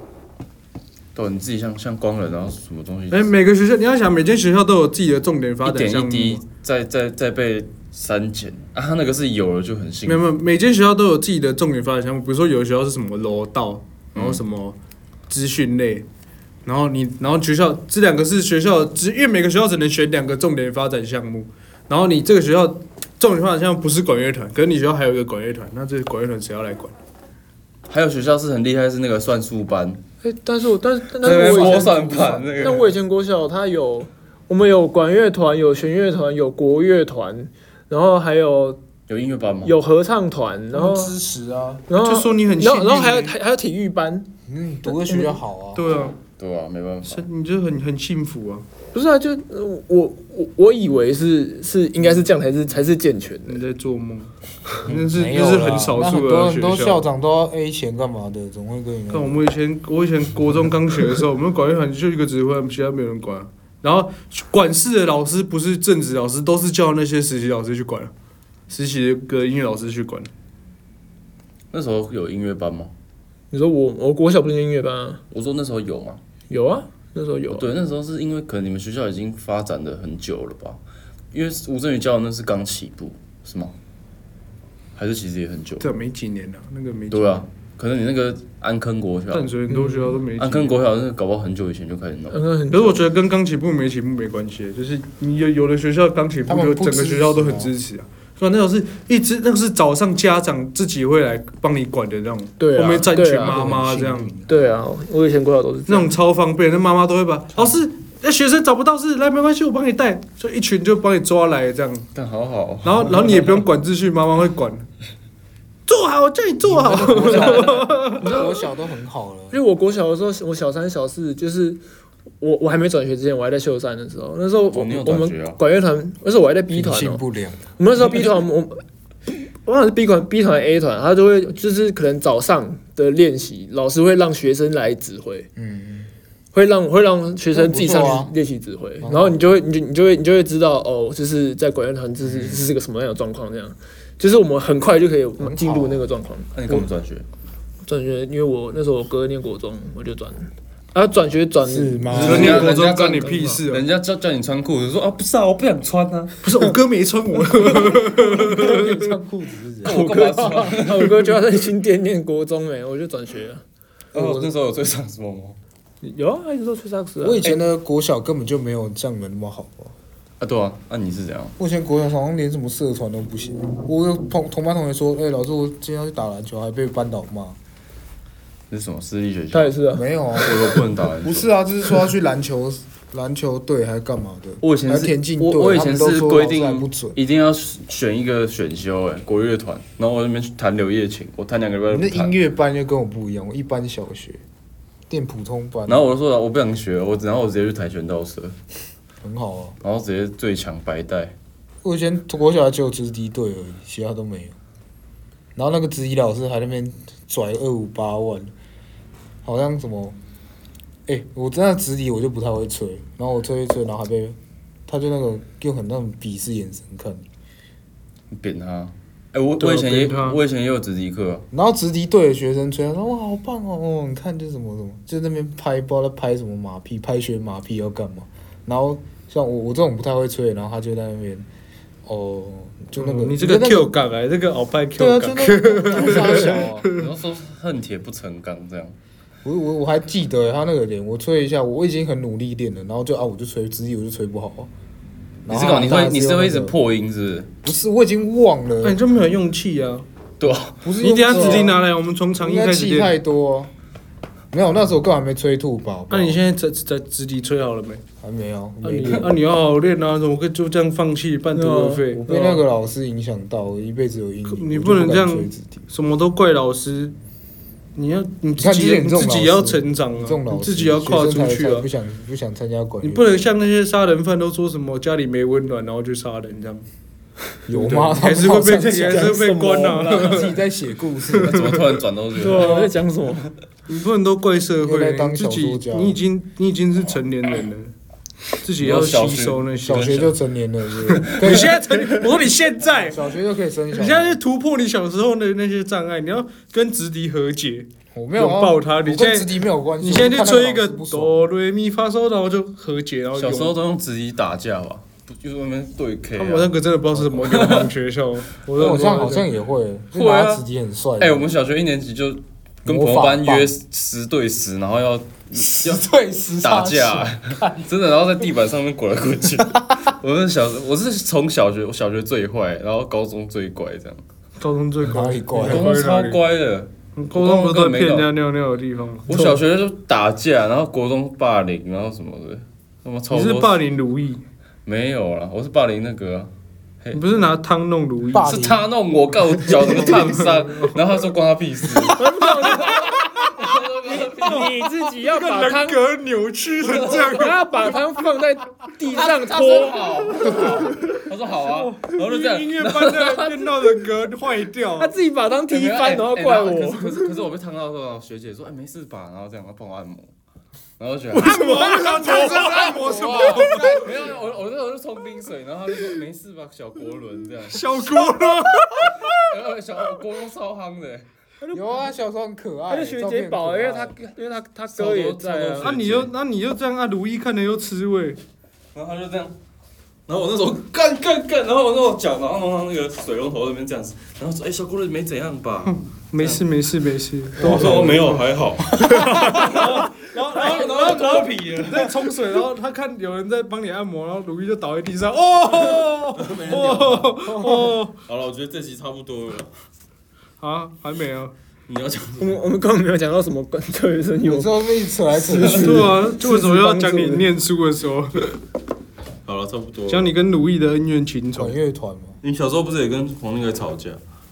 [SPEAKER 4] 对，你自己像像光人，然后什么东西，
[SPEAKER 3] 哎、每个学校你要想，每间学校都有自己的重点发
[SPEAKER 4] 一
[SPEAKER 3] 展项目
[SPEAKER 4] 点一滴，再再再被删减啊，他那个是有了就很幸
[SPEAKER 3] 没有没
[SPEAKER 4] 福，
[SPEAKER 3] 有，每间学校都有自己的重点发展项目。比如说，有的学校是什么楼道，然后什么资讯类，然后你然后学校这两个是学校，只因为每个学校只能选两个重点发展项目，然后你这个学校重点发展项目不是管乐团，可是你学校还有一个管乐团，那这个管乐团谁要来管？
[SPEAKER 4] 还有学校是很厉害，是那个算术班，
[SPEAKER 1] 哎、但是我但是但
[SPEAKER 4] 在那
[SPEAKER 1] 是
[SPEAKER 4] 边
[SPEAKER 1] 我以
[SPEAKER 4] 摸
[SPEAKER 1] 前
[SPEAKER 4] 算盘那
[SPEAKER 1] 但
[SPEAKER 4] 个，
[SPEAKER 1] 我以前国小它有我们有管乐团，有弦乐团，有国乐团，然后还有
[SPEAKER 4] 有音乐班吗？
[SPEAKER 1] 有合唱团，然后
[SPEAKER 2] 支持啊，
[SPEAKER 1] 然后
[SPEAKER 3] 就说你很
[SPEAKER 1] 然
[SPEAKER 3] 幸
[SPEAKER 1] 后
[SPEAKER 3] 运
[SPEAKER 1] 然后还有
[SPEAKER 3] 欸
[SPEAKER 1] 还还有体育班，
[SPEAKER 2] 嗯，读个学校好啊，
[SPEAKER 3] 对啊，
[SPEAKER 4] 对啊，没办法
[SPEAKER 3] 是，你就很很幸福啊，
[SPEAKER 1] 不是啊，就我我我以为是是应该是这样才是才是健全的。
[SPEAKER 3] 你在做梦，那是
[SPEAKER 2] 没有啦
[SPEAKER 3] 那是很少
[SPEAKER 2] 那
[SPEAKER 3] 数
[SPEAKER 2] 很
[SPEAKER 3] 的
[SPEAKER 2] 多
[SPEAKER 3] 学
[SPEAKER 2] 很多
[SPEAKER 3] 校
[SPEAKER 2] 校。长都要 A 钱干嘛的，总会跟你
[SPEAKER 3] 看我们以前，我以前国中刚学的时候，我们管乐团就一个指挥，其他没有人管啊、然后管事的老师不是正职老师，都是叫那些实习老师去管啊，实习的音乐老师去管。
[SPEAKER 4] 那时候有音乐班吗？
[SPEAKER 1] 你说我我国小不是音乐班啊？
[SPEAKER 4] 我说那时候有吗？
[SPEAKER 1] 有啊，那时候有、啊。
[SPEAKER 4] 对，那时候是因为可能你们学校已经发展的很久了吧？因为吴镇宇教的那是刚起步，是吗？还是其实也很久？
[SPEAKER 3] 这没几年了、那个没几
[SPEAKER 4] 对
[SPEAKER 3] 年，
[SPEAKER 4] 啊，可能你那个安坑国
[SPEAKER 1] 啊
[SPEAKER 4] 小，
[SPEAKER 3] 淡水很呃多学校都没
[SPEAKER 1] 嗯
[SPEAKER 3] 几
[SPEAKER 4] 安坑
[SPEAKER 3] 年。
[SPEAKER 4] 国小那个搞不好很久以前就开始弄了。
[SPEAKER 1] 刚刚嗯很
[SPEAKER 3] 哦可是我觉得跟刚起步没起步没关系，就是你有有的学校刚起步
[SPEAKER 2] 他们
[SPEAKER 3] 就
[SPEAKER 2] 不
[SPEAKER 3] 整个
[SPEAKER 2] 支
[SPEAKER 3] 学校都
[SPEAKER 2] 持
[SPEAKER 3] 很
[SPEAKER 2] 啊
[SPEAKER 3] 支持啊，吧？那种是一直那个是早上家长自己会来帮你管的那种，
[SPEAKER 1] 对啊
[SPEAKER 3] 后面站
[SPEAKER 1] 对
[SPEAKER 3] 群
[SPEAKER 1] 啊
[SPEAKER 3] 妈妈这样，
[SPEAKER 1] 对啊，我以前国小都是这
[SPEAKER 3] 那
[SPEAKER 1] 样
[SPEAKER 3] 种超方便，那妈妈都会把老师。那学生找不到是来没关系，我帮你带，就一群就帮你抓来 这样，
[SPEAKER 4] 但好好哦，
[SPEAKER 3] 然后然后你也不用管秩序，妈妈会管， 坐好，叫你坐 好。
[SPEAKER 2] 我小都很好了
[SPEAKER 1] 因，为我国小的时候，我小三小四就是我我还没转学之前，我还在秀山的时候，那时候我、
[SPEAKER 4] 哦你有
[SPEAKER 1] 我
[SPEAKER 4] 转
[SPEAKER 1] 们
[SPEAKER 4] 学啊
[SPEAKER 1] 管乐团，那时候我还在 B
[SPEAKER 2] 品
[SPEAKER 1] 团
[SPEAKER 2] 性
[SPEAKER 1] 哦、
[SPEAKER 2] 不良，
[SPEAKER 1] 我们那时候 B 团，我们我忘了是 B 团 B 团 A 团，他就会就是可能早上的练习，老师会让学生来指挥，
[SPEAKER 2] 嗯，
[SPEAKER 1] 会让会让学生自己上
[SPEAKER 2] 那不错啊
[SPEAKER 1] 去练习指挥，
[SPEAKER 2] 好
[SPEAKER 1] 然后你就会你就你就会你就会知道哦，就是在管乐团这是这是个什么样的状况，这样就是我们很快就可以
[SPEAKER 2] 好啊
[SPEAKER 1] 进入那个状况。
[SPEAKER 4] 那你干嘛转学？
[SPEAKER 1] 转学，因为我那时候我哥念国中，我就转了，啊转学转
[SPEAKER 2] 是 吗
[SPEAKER 3] 你说念国中关你屁事哦
[SPEAKER 4] 人！家叫叫你穿裤子，说啊不是啊，我不想穿啊，
[SPEAKER 3] 不是我哥没穿 我，
[SPEAKER 2] 穿裤子是
[SPEAKER 4] 干我干嘛穿？
[SPEAKER 1] 啊我哥就要在新店念国中哎、我就转学了。
[SPEAKER 4] 然后哦我那时候有吹萨克斯风吗？
[SPEAKER 1] 有啊，一直都吹萨克斯、啊。
[SPEAKER 2] 我以前的国小根本就没有像你们那么好啊
[SPEAKER 4] 啊对啊，那你是怎样？
[SPEAKER 2] 我以前国小好像连什么社团都不行，我有同同班同学说，哎、老师我今天要去打篮球，还被班导骂。
[SPEAKER 4] 你是什么私立学校？
[SPEAKER 1] 他也是啊，
[SPEAKER 2] 没有啊，
[SPEAKER 4] 我都不能打篮球。
[SPEAKER 2] 不是啊，就是说要去篮球 篮球队还是干嘛的。
[SPEAKER 4] 我以前
[SPEAKER 2] 还
[SPEAKER 4] 是
[SPEAKER 2] 田径队，
[SPEAKER 4] 我我以前
[SPEAKER 2] 他们
[SPEAKER 4] 是
[SPEAKER 2] 都说
[SPEAKER 4] 规
[SPEAKER 2] 老师还
[SPEAKER 4] 定
[SPEAKER 2] 不准。
[SPEAKER 4] 一定要选一个选修哎、国乐团，然后我在那边去弹柳叶琴，我弹两个礼拜都
[SPEAKER 2] 你的
[SPEAKER 4] 不弹
[SPEAKER 2] 音。乐班就跟我不一样，我一般小学，念普通班，
[SPEAKER 4] 然后我就说我不想学，我然后我直接去跆拳道社，
[SPEAKER 2] 很好啊。
[SPEAKER 4] 然后直接最强白带。
[SPEAKER 2] 我以前国小只有直敌队而已，其他都没有。然后那个直敌老师还在那边拽二五八万，好像什么，哎、我真的直敌我就不太会吹，然后我吹一吹，然后还被他就那个用很那种鄙视眼神看你。
[SPEAKER 4] 你扁他！哎、我
[SPEAKER 3] 对啊
[SPEAKER 4] 我以前也
[SPEAKER 3] 扁他
[SPEAKER 4] 我以前也有直笛课啊，
[SPEAKER 2] 然后直敌队的学生吹，他说哇好棒哦，哦你看这什么什么，就在那边拍，不知道在拍什么马屁，拍学马屁要干嘛。然后像我我这种不太会吹，然后他就在那边，哦，就那个、
[SPEAKER 3] 嗯你这个
[SPEAKER 2] 那
[SPEAKER 3] Q 港哎，这个鳌拜
[SPEAKER 2] 对啊，
[SPEAKER 3] Q
[SPEAKER 2] 就那
[SPEAKER 3] 港，
[SPEAKER 2] 个就傻小啊。
[SPEAKER 4] 然后说恨铁不成钢 这样。
[SPEAKER 2] 我我我还记得他那个脸，我吹一下，我已经很努力练了，然后就啊，我就吹，直接我就吹不好啊。
[SPEAKER 4] 你是搞你会你是会一直
[SPEAKER 2] 破？
[SPEAKER 4] 破音是不是？
[SPEAKER 2] 不是，我已经忘
[SPEAKER 3] 那
[SPEAKER 2] 了
[SPEAKER 3] 哎你，就没有用气啊！
[SPEAKER 4] 对啊，
[SPEAKER 2] 不是
[SPEAKER 3] 你等一下
[SPEAKER 2] 用
[SPEAKER 3] 纸
[SPEAKER 2] 这
[SPEAKER 3] 巾
[SPEAKER 2] 个啊
[SPEAKER 3] 拿来，我们从长一
[SPEAKER 2] 应该
[SPEAKER 3] 开始
[SPEAKER 2] 气太
[SPEAKER 3] 练。
[SPEAKER 2] 多啊。没有，那时候我根本还没吹吐吧？好不好
[SPEAKER 3] 那啊你现在在在直笛吹好了没？
[SPEAKER 2] 还没有，
[SPEAKER 3] 那
[SPEAKER 2] 没
[SPEAKER 3] 啊你
[SPEAKER 2] 练。
[SPEAKER 3] 那你要好好练啊！怎么可以就这样放弃半途而废
[SPEAKER 2] 哦
[SPEAKER 3] 啊
[SPEAKER 2] 我？被那个老师影响到，我一辈子有阴影。
[SPEAKER 3] 你
[SPEAKER 2] 我就
[SPEAKER 3] 不能
[SPEAKER 2] 敢
[SPEAKER 3] 这样
[SPEAKER 2] 吹直笛
[SPEAKER 3] 什么都怪老师，你要你自
[SPEAKER 2] 看
[SPEAKER 3] 己
[SPEAKER 2] 就是
[SPEAKER 3] 你
[SPEAKER 2] 你这种
[SPEAKER 3] 自
[SPEAKER 2] 老
[SPEAKER 3] 己
[SPEAKER 2] 师
[SPEAKER 3] 要成长
[SPEAKER 2] 这
[SPEAKER 3] 啊，
[SPEAKER 2] 种老
[SPEAKER 3] 你
[SPEAKER 2] 师
[SPEAKER 3] 自己要跨出
[SPEAKER 2] 学生
[SPEAKER 3] 去
[SPEAKER 2] 才
[SPEAKER 3] 啊
[SPEAKER 2] 不！想不想参加管乐
[SPEAKER 3] 你不能像那些杀人犯都说什么家里没温暖，然后去杀人这样，
[SPEAKER 2] 有吗？
[SPEAKER 3] 还是会被还是会被关
[SPEAKER 2] 啊！
[SPEAKER 3] 啊！
[SPEAKER 2] 自己在写故事
[SPEAKER 4] 那， 怎么突然转 到这
[SPEAKER 1] 对
[SPEAKER 4] 个？
[SPEAKER 1] 啊，我在讲什么？
[SPEAKER 3] 你不能都怪社
[SPEAKER 2] 又在
[SPEAKER 3] 会，
[SPEAKER 2] 当
[SPEAKER 3] 你自
[SPEAKER 2] 小
[SPEAKER 3] 己
[SPEAKER 2] 说家
[SPEAKER 3] 你已经你已经是成年人了，自己要
[SPEAKER 4] 你说小
[SPEAKER 3] 吸
[SPEAKER 4] 学
[SPEAKER 3] 收那些
[SPEAKER 2] 小。学就成年了，是不是？ 可
[SPEAKER 3] 你
[SPEAKER 2] 以
[SPEAKER 3] 现在成，我说你现在，
[SPEAKER 2] 小学就可以生小
[SPEAKER 3] 你
[SPEAKER 2] 孩。
[SPEAKER 3] 现在就突破你小时候的那些障碍，你要跟直敌和解。
[SPEAKER 2] 我没有啊
[SPEAKER 3] 拥抱他
[SPEAKER 2] 我
[SPEAKER 3] 你
[SPEAKER 2] 跟
[SPEAKER 3] 现在
[SPEAKER 2] 直敌没有关系。
[SPEAKER 3] 你现在
[SPEAKER 2] 我看
[SPEAKER 3] 就
[SPEAKER 2] 那
[SPEAKER 3] 吹一
[SPEAKER 2] 老
[SPEAKER 3] 个
[SPEAKER 2] 师不爽
[SPEAKER 3] 哆瑞咪发嗦，然后就和解，然后
[SPEAKER 4] 小时候
[SPEAKER 3] 永。
[SPEAKER 4] 都用直笛打架吧，不就是那边对 K
[SPEAKER 3] 他们那
[SPEAKER 4] 啊？
[SPEAKER 3] 个真的不知道是什么流氓学校， 我
[SPEAKER 2] 那
[SPEAKER 3] 都
[SPEAKER 2] 我这
[SPEAKER 3] 不知道
[SPEAKER 2] 样好像也会，就
[SPEAKER 4] 会啊
[SPEAKER 2] 拿直敌很帅。
[SPEAKER 4] 哎、我们小学一年级就跟朋友班约十对十，然后 要要
[SPEAKER 2] 对时
[SPEAKER 4] 打
[SPEAKER 3] 啊
[SPEAKER 4] 架， 真的，然后在地板上面滚来滚去。我是小，我是从小学，我小学最坏，然后高中最乖，这样。
[SPEAKER 3] 高中最
[SPEAKER 2] 哪
[SPEAKER 3] 乖，
[SPEAKER 2] 里乖
[SPEAKER 4] 高中超，乖的，
[SPEAKER 3] 高中不是都在骗人家尿尿的地方吗？
[SPEAKER 4] 我小学就打架，然后国中霸凌，然后什么的，他妈超
[SPEAKER 3] 你
[SPEAKER 4] 多。
[SPEAKER 3] 是霸凌如意，
[SPEAKER 4] 没有啦，我是霸凌那个啊、
[SPEAKER 3] 你不是拿汤弄如意，
[SPEAKER 2] 霸凌
[SPEAKER 4] 是他弄我，告我脚什么烫伤， 然后他说关他 屁事。
[SPEAKER 1] 你自己要把汤，哦
[SPEAKER 3] 格扭曲成这 样，
[SPEAKER 1] 你要把汤放在地上
[SPEAKER 4] 他
[SPEAKER 1] 拖。
[SPEAKER 4] 说好，他说好啊，然后就这样。
[SPEAKER 3] 音乐班 的电到的格坏掉
[SPEAKER 1] 他。自己把汤踢翻，然后怪
[SPEAKER 4] 哎哎
[SPEAKER 1] 我。
[SPEAKER 4] 可是可是可是我被烫到的时候，学姐说哎没事吧，然后这样，然后帮我按摩，然后我就觉得。
[SPEAKER 3] 按 摩，这是按摩什么？
[SPEAKER 4] 没有，我我那时候就冲冰水，然后他就说没事吧，小国伦这样，
[SPEAKER 3] 小锅了，
[SPEAKER 4] 然后小国伦超夯的，欸
[SPEAKER 2] 有啊，小时候很可爱。
[SPEAKER 1] 他就学姐宝，
[SPEAKER 2] 照
[SPEAKER 1] 因为
[SPEAKER 2] 片很可
[SPEAKER 1] 他
[SPEAKER 2] 爱
[SPEAKER 1] 因为他他哥也在
[SPEAKER 4] 超
[SPEAKER 1] 啊
[SPEAKER 4] 多
[SPEAKER 3] 那。你又那你又这样按如意，看着又吃味。
[SPEAKER 4] 然后他就这样，然后我那时候干干干，然后我那种脚，然后弄到那个水龙头那边这样子，然后说哎、小国伦没怎样吧，
[SPEAKER 3] 没
[SPEAKER 1] 啊
[SPEAKER 3] 事没事没事，
[SPEAKER 4] 我说哦没有，还好。
[SPEAKER 3] 然后然后然后然后你在冲水，然后他看有人在帮你按摩，然后鲁豫就倒在地 上，哦哦哦，
[SPEAKER 4] 好了，我觉得这集差不多了。
[SPEAKER 3] 啊还没啊，
[SPEAKER 4] 你要讲什
[SPEAKER 1] 我
[SPEAKER 4] 么？
[SPEAKER 1] 们我们根本没有讲到什么关特别生意，
[SPEAKER 2] 有
[SPEAKER 1] 我
[SPEAKER 2] 时候被扯 来扯去，
[SPEAKER 3] 对啊，就为什么要讲你念书的时候，
[SPEAKER 4] 好了，差不多了。
[SPEAKER 3] 讲你跟鲁豫的恩怨情仇
[SPEAKER 2] 管？乐团嘛，
[SPEAKER 4] 你小时候不是也跟黄那个吵架？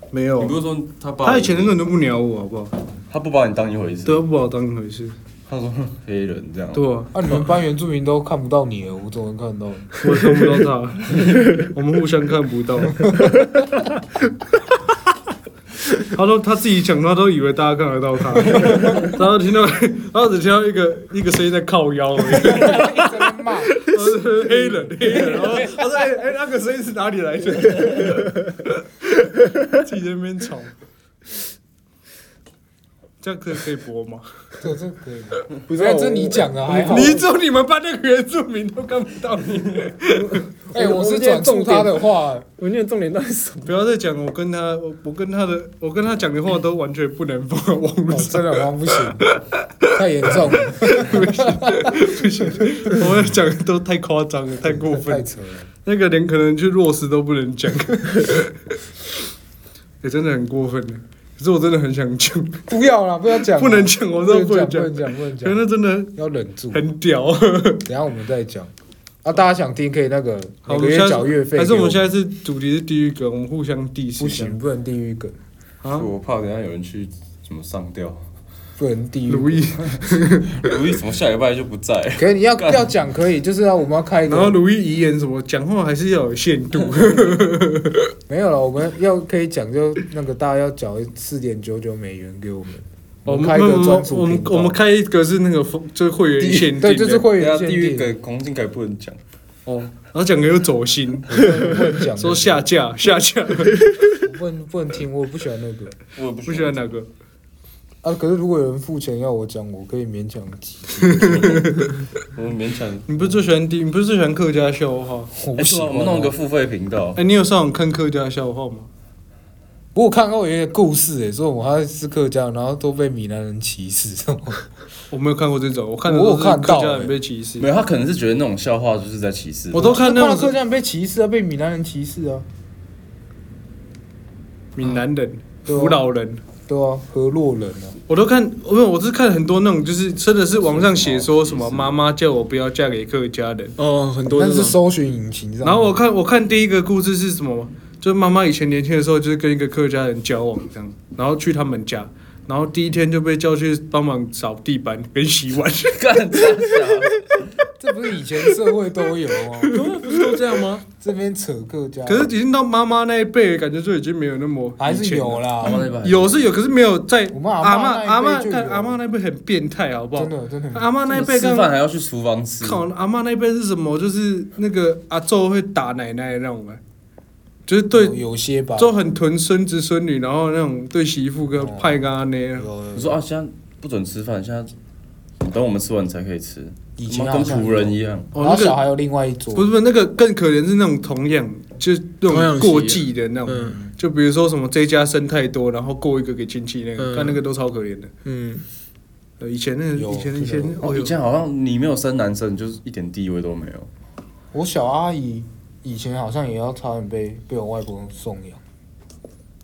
[SPEAKER 3] 没
[SPEAKER 4] 你
[SPEAKER 3] 有，
[SPEAKER 4] 不是说他把
[SPEAKER 3] 他以前根本都不鸟我，好不好？
[SPEAKER 4] 他不把你当一回事，
[SPEAKER 3] 都不把我当一回事，
[SPEAKER 4] 他说哼黑人这样。
[SPEAKER 3] 对啊，
[SPEAKER 2] 啊，你们班原住民都看不到你了，我怎么能看到？
[SPEAKER 3] 我也看不到他，我们互相看不到。他说他自己讲，他都以为大家看得到他，然后听到，然后只听到一个一个声音在靠腰而已，
[SPEAKER 2] 在那边骂，
[SPEAKER 3] 他说黑人黑人，然后他说哎哎、那个声音是哪里来的？自己在那边吵，这样可以可以播吗？
[SPEAKER 2] 这这可以吗？
[SPEAKER 1] 不知道
[SPEAKER 2] 哎，
[SPEAKER 1] 我
[SPEAKER 2] 这你讲的还好。
[SPEAKER 3] 你只有你们班那个原住民都看不到你，
[SPEAKER 2] 哎，我是转述他的话，
[SPEAKER 1] 我念的重点到底是什么？
[SPEAKER 3] 不要再讲我跟他我我跟他的我跟他讲的话都完全不能放在网络
[SPEAKER 2] 哦真
[SPEAKER 3] 上。
[SPEAKER 2] 的 好像不行，太严重了，
[SPEAKER 3] 不行，我们讲的都太夸张了，太过
[SPEAKER 2] 太
[SPEAKER 3] 分，
[SPEAKER 2] 扯了。
[SPEAKER 3] 那个连可能去落实都不能讲，也、真的很过分的。可是我真的很想讲，
[SPEAKER 2] 不要啦，不要讲啦，
[SPEAKER 3] 不能讲，我真的
[SPEAKER 2] 不
[SPEAKER 3] 能
[SPEAKER 2] 能
[SPEAKER 3] 讲
[SPEAKER 2] 讲，不，能讲，不能讲，
[SPEAKER 3] 可是那真的
[SPEAKER 2] 要忍住。
[SPEAKER 3] 很屌。
[SPEAKER 2] 等一下我们再讲。啊，大家想听可以那个
[SPEAKER 3] 好，
[SPEAKER 2] 每
[SPEAKER 3] 我
[SPEAKER 2] 个
[SPEAKER 3] 们
[SPEAKER 2] 月
[SPEAKER 3] 下
[SPEAKER 2] 缴月
[SPEAKER 3] 次
[SPEAKER 2] 费。
[SPEAKER 3] 还是我们
[SPEAKER 2] 现
[SPEAKER 3] 下
[SPEAKER 2] 在
[SPEAKER 3] 一次主题是地狱梗，我们互相 diss
[SPEAKER 2] 不
[SPEAKER 3] 一下
[SPEAKER 2] 行，不能地狱梗，
[SPEAKER 4] 所
[SPEAKER 3] 啊
[SPEAKER 4] 以！我怕等一下有人去怎么上吊。
[SPEAKER 2] 不能地狱
[SPEAKER 3] 如
[SPEAKER 2] 梗。
[SPEAKER 3] 意，
[SPEAKER 4] 如意怎么下礼拜就不在？
[SPEAKER 2] 可以，你要要讲可以，就是要我们要开一
[SPEAKER 3] 然后
[SPEAKER 2] 个。
[SPEAKER 3] 如意遗言什么，讲话还是要有限度。
[SPEAKER 2] 没有了，我们要可以讲就那个大家要缴四点九九美元给 我们，
[SPEAKER 3] 我
[SPEAKER 2] 开一
[SPEAKER 3] 们我
[SPEAKER 2] 个
[SPEAKER 3] 们
[SPEAKER 2] 专属
[SPEAKER 3] 我们
[SPEAKER 2] 频道
[SPEAKER 3] 我们开一个是那个封就是会员限定的，
[SPEAKER 2] 对，就是会
[SPEAKER 4] 对啊，
[SPEAKER 2] 员限
[SPEAKER 4] 地狱
[SPEAKER 2] 定，
[SPEAKER 4] 梗、黄金梗不能讲。
[SPEAKER 3] 哦，然后讲个又走心，
[SPEAKER 2] 不能讲
[SPEAKER 3] 说下架下架。
[SPEAKER 2] 不能不能听，我不喜欢那个。
[SPEAKER 4] 我也不
[SPEAKER 3] 不喜欢哪个？
[SPEAKER 2] 啊，可是如果有人付钱要我讲，我可以勉强记。
[SPEAKER 4] 我们勉强。
[SPEAKER 3] 你不是最喜欢第？你不是最喜欢客家笑话？
[SPEAKER 2] 我
[SPEAKER 4] 哎
[SPEAKER 2] 不
[SPEAKER 4] 是
[SPEAKER 2] 喜
[SPEAKER 4] 吗
[SPEAKER 2] 欢
[SPEAKER 4] 我
[SPEAKER 2] 啊。
[SPEAKER 4] 们弄一个付费频道
[SPEAKER 3] 哎、，你有上网看客家笑话吗？
[SPEAKER 2] 不过我看过有一个故事、欸诶，说我他是客家，然后都被闽南人歧视，什么？
[SPEAKER 3] 我没有看过这种，我看的
[SPEAKER 2] 我有
[SPEAKER 3] 都是
[SPEAKER 2] 看
[SPEAKER 3] 客
[SPEAKER 2] 到
[SPEAKER 3] 家
[SPEAKER 2] 哎
[SPEAKER 3] 人被歧视
[SPEAKER 4] 没。有他可能是觉得那种笑话就是在歧视。
[SPEAKER 3] 我都看
[SPEAKER 2] 那
[SPEAKER 3] 那
[SPEAKER 2] 客
[SPEAKER 3] 种
[SPEAKER 2] 家人被歧视啊，被闽南人歧视啊，
[SPEAKER 3] 闽南人、
[SPEAKER 2] 对啊
[SPEAKER 3] 福佬人，
[SPEAKER 2] 对啊，河洛人啊，
[SPEAKER 3] 我都看，我没有，我是看很多那种，就是真的是网上写说什么妈妈叫我不要嫁给客家人，
[SPEAKER 1] 哦，很多
[SPEAKER 2] 但
[SPEAKER 1] 这
[SPEAKER 2] 是
[SPEAKER 1] 种
[SPEAKER 2] 搜寻引擎上。
[SPEAKER 3] 然后我看我看第一个故事是什么？就是妈妈以前年轻的时候，就是跟一个客家人交往这样，然后去他们家，然后第一天就被叫去帮忙扫地板跟洗碗。
[SPEAKER 4] 干这样啊
[SPEAKER 2] 这不是以前社会都有哦 吗？
[SPEAKER 1] 不是都这样吗？
[SPEAKER 2] 这边扯客家，
[SPEAKER 3] 可是已经到妈妈那一辈，感觉就已经没有那么
[SPEAKER 2] 哦还
[SPEAKER 3] 以
[SPEAKER 2] 是
[SPEAKER 3] 前了
[SPEAKER 2] 有啦，
[SPEAKER 4] 想。
[SPEAKER 3] 有是有，可是没有在
[SPEAKER 2] 我们
[SPEAKER 3] 阿
[SPEAKER 2] 阿嬷那一辈
[SPEAKER 3] 阿嬷
[SPEAKER 2] 就有
[SPEAKER 3] 看阿嬷那一辈很变态，好不啊好
[SPEAKER 2] 真？的真的。
[SPEAKER 3] 阿嬷那一辈
[SPEAKER 4] 吃
[SPEAKER 3] 跟
[SPEAKER 4] 饭还要去厨房吃，
[SPEAKER 3] 靠阿嬷那一辈是什么？就是那个阿昼会打奶奶的那种哎，就是对
[SPEAKER 2] 哦有啊有些吧，
[SPEAKER 3] 就很疼孙子孙女，然后那种对媳妇跟派跟阿奶。
[SPEAKER 2] 有
[SPEAKER 4] 我说啊，现在不准吃饭，现在等我们吃完才可以吃，
[SPEAKER 2] 以前
[SPEAKER 4] 他
[SPEAKER 2] 好
[SPEAKER 4] 妈跟
[SPEAKER 2] 像
[SPEAKER 4] 仆人一样。
[SPEAKER 2] 然后
[SPEAKER 3] 哦，那
[SPEAKER 2] 小孩
[SPEAKER 3] 个
[SPEAKER 2] 有另外一桌，
[SPEAKER 3] 不是不是那个更可怜是那种童养，就是
[SPEAKER 1] 童
[SPEAKER 3] 那种
[SPEAKER 1] 养媳啊
[SPEAKER 3] 过继的那种。
[SPEAKER 1] 嗯
[SPEAKER 3] 就比如说什么这家生太多，然后过一个给亲戚那个，
[SPEAKER 1] 嗯
[SPEAKER 3] 看那个都超可怜的。
[SPEAKER 1] 嗯，
[SPEAKER 3] 呃以前那个
[SPEAKER 2] 有
[SPEAKER 3] 以前
[SPEAKER 2] 真
[SPEAKER 3] 以
[SPEAKER 2] 的
[SPEAKER 3] 前
[SPEAKER 4] 哦，
[SPEAKER 3] 哦
[SPEAKER 4] 以前好像你没有生男生，就是一点地位都没有。
[SPEAKER 2] 我小阿姨以前好像也要差点被被我外公送养，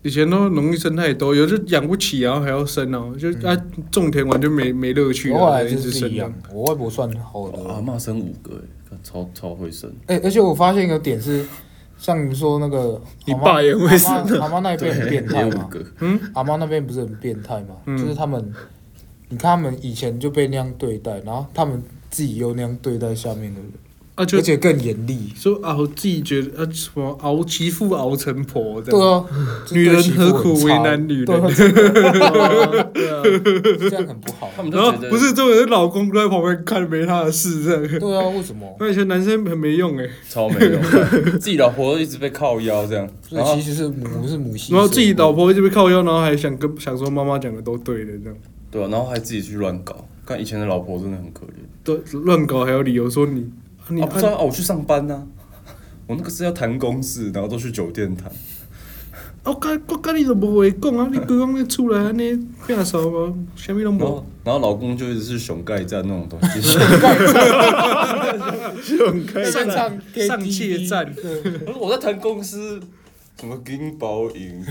[SPEAKER 3] 以前都容易生太多，有就养不起，然后还要生哦、就、啊种田完就没没乐趣
[SPEAKER 2] 我
[SPEAKER 3] 了，
[SPEAKER 2] 后来
[SPEAKER 3] 一
[SPEAKER 2] 嗯就
[SPEAKER 3] 直
[SPEAKER 2] 是自
[SPEAKER 3] 生
[SPEAKER 2] 己养
[SPEAKER 3] 啊。。
[SPEAKER 2] 我外婆算好
[SPEAKER 4] 我阿
[SPEAKER 2] 的，
[SPEAKER 4] 妈生五个、欸，干超超会生。
[SPEAKER 2] 哎，而且我发现一个点是，像你说那个
[SPEAKER 1] 你
[SPEAKER 2] 阿嬷
[SPEAKER 1] 爸也会生
[SPEAKER 2] 阿嬷阿妈那一辈很变
[SPEAKER 4] 也
[SPEAKER 2] 态
[SPEAKER 4] 有
[SPEAKER 2] 嘛
[SPEAKER 4] 五，个，
[SPEAKER 2] 阿妈那边不是很变态嘛，
[SPEAKER 3] 嗯
[SPEAKER 2] 就是他们，你看他们以前就被那样对待，然后他们自己又那样对待下面的人，
[SPEAKER 3] 啊就
[SPEAKER 2] 而且更严厉。
[SPEAKER 3] 说啊，我自己觉得啊什么熬媳妇熬成婆这
[SPEAKER 2] 对
[SPEAKER 3] 样，
[SPEAKER 2] 啊，
[SPEAKER 3] 女人何苦为难女人
[SPEAKER 2] 对 啊真的对啊，对啊这样很不好。
[SPEAKER 4] 他们都
[SPEAKER 3] 然后
[SPEAKER 4] 觉得
[SPEAKER 3] 不是，这种人老公都在旁边看没他的事这样。
[SPEAKER 2] 对啊，为什么？
[SPEAKER 3] 那以前男生很没用哎、
[SPEAKER 4] 超没 用的，自己老婆一直被靠腰这样，啊
[SPEAKER 2] 所
[SPEAKER 4] 然
[SPEAKER 2] 以
[SPEAKER 4] 后
[SPEAKER 2] 其实是母是母系，
[SPEAKER 3] 然后自己老婆一直被靠腰，然后还想跟想说妈妈讲的都对的这样，
[SPEAKER 4] 对、啊，然后还自己去乱搞。看以前的老婆真的很可怜，
[SPEAKER 3] 都乱搞还有理由说你啊你
[SPEAKER 2] 哦
[SPEAKER 4] 啊不知道
[SPEAKER 3] 啊
[SPEAKER 4] 啊，我去上班呐、我那个是要谈公事，然后都去酒店谈，
[SPEAKER 3] 我甲我甲你都无话讲啊，你规讲咧厝内安尼变啥无，啥物拢
[SPEAKER 2] 嗯
[SPEAKER 4] 然
[SPEAKER 3] 无
[SPEAKER 4] 后。然后老公就一直是熊盖站那种东 西，
[SPEAKER 2] 上上
[SPEAKER 3] 上界站，
[SPEAKER 4] 我说我在谈公司，什么金宝银，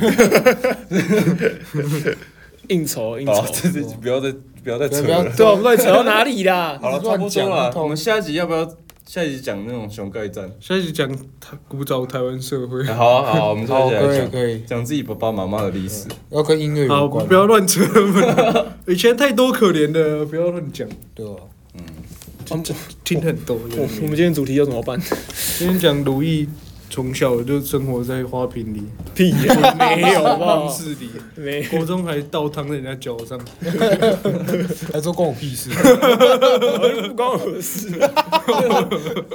[SPEAKER 1] 应酬应酬
[SPEAKER 4] 好，， 这这不要再不要再扯
[SPEAKER 2] 哦不要
[SPEAKER 4] 了。
[SPEAKER 1] 对啊，我们到底扯到哪里 啦？
[SPEAKER 4] 好了，差
[SPEAKER 2] 乱
[SPEAKER 4] 不多
[SPEAKER 2] 讲
[SPEAKER 4] 了
[SPEAKER 2] 不。通
[SPEAKER 4] 我们下一集要不要下一集讲那种熊盖站？
[SPEAKER 3] 现在是讲台古早台湾社会
[SPEAKER 4] 哎。 好啊好啊，我们下
[SPEAKER 2] 好
[SPEAKER 4] 一集
[SPEAKER 2] 哦可
[SPEAKER 4] 来
[SPEAKER 2] 以
[SPEAKER 4] 讲
[SPEAKER 2] 可以，
[SPEAKER 4] 讲自己爸爸妈妈的历史。
[SPEAKER 2] 要跟音乐
[SPEAKER 3] 好，
[SPEAKER 2] 有关，啊
[SPEAKER 3] 不要乱 扯了，以前太多可怜的，不要乱讲，
[SPEAKER 2] 对啊吧？
[SPEAKER 3] 听很多。有
[SPEAKER 1] 我
[SPEAKER 3] 的
[SPEAKER 1] 我
[SPEAKER 3] 没
[SPEAKER 1] 们今
[SPEAKER 3] 的
[SPEAKER 1] 天主题要怎么办？
[SPEAKER 3] 今天讲如意，从小就生活在花瓶里，
[SPEAKER 1] 屁呀，没有好不
[SPEAKER 3] 办
[SPEAKER 1] 好？
[SPEAKER 3] 室里，
[SPEAKER 1] 没
[SPEAKER 3] 国中还倒汤在人家脚上，
[SPEAKER 2] 还说哎关我屁事，
[SPEAKER 1] 不关我的事。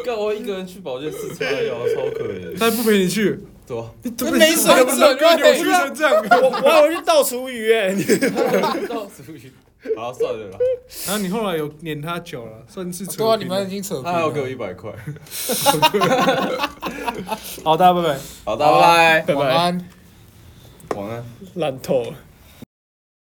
[SPEAKER 4] 干我一个人去保健室叉腰，超可怜。
[SPEAKER 3] 他还不陪你去，
[SPEAKER 4] 对啊，
[SPEAKER 3] 你怎么
[SPEAKER 2] 没水准
[SPEAKER 3] 扭曲
[SPEAKER 2] 对啊
[SPEAKER 3] 成这样？
[SPEAKER 1] 我我要回去倒厨余哎，你
[SPEAKER 4] 到处去。好，算了啦。
[SPEAKER 3] 然后你后来有撵他脚了，算是扯
[SPEAKER 2] 对啊，
[SPEAKER 3] 平
[SPEAKER 2] 你
[SPEAKER 3] 了
[SPEAKER 2] 们已经扯皮
[SPEAKER 4] 他还要给我
[SPEAKER 2] 了，
[SPEAKER 4] 一百块。
[SPEAKER 3] 好，大家拜拜。
[SPEAKER 4] 好的，拜
[SPEAKER 1] 拜
[SPEAKER 2] 晚
[SPEAKER 1] 拜，
[SPEAKER 2] 安。
[SPEAKER 4] 拜，晚安。
[SPEAKER 1] 烂透了。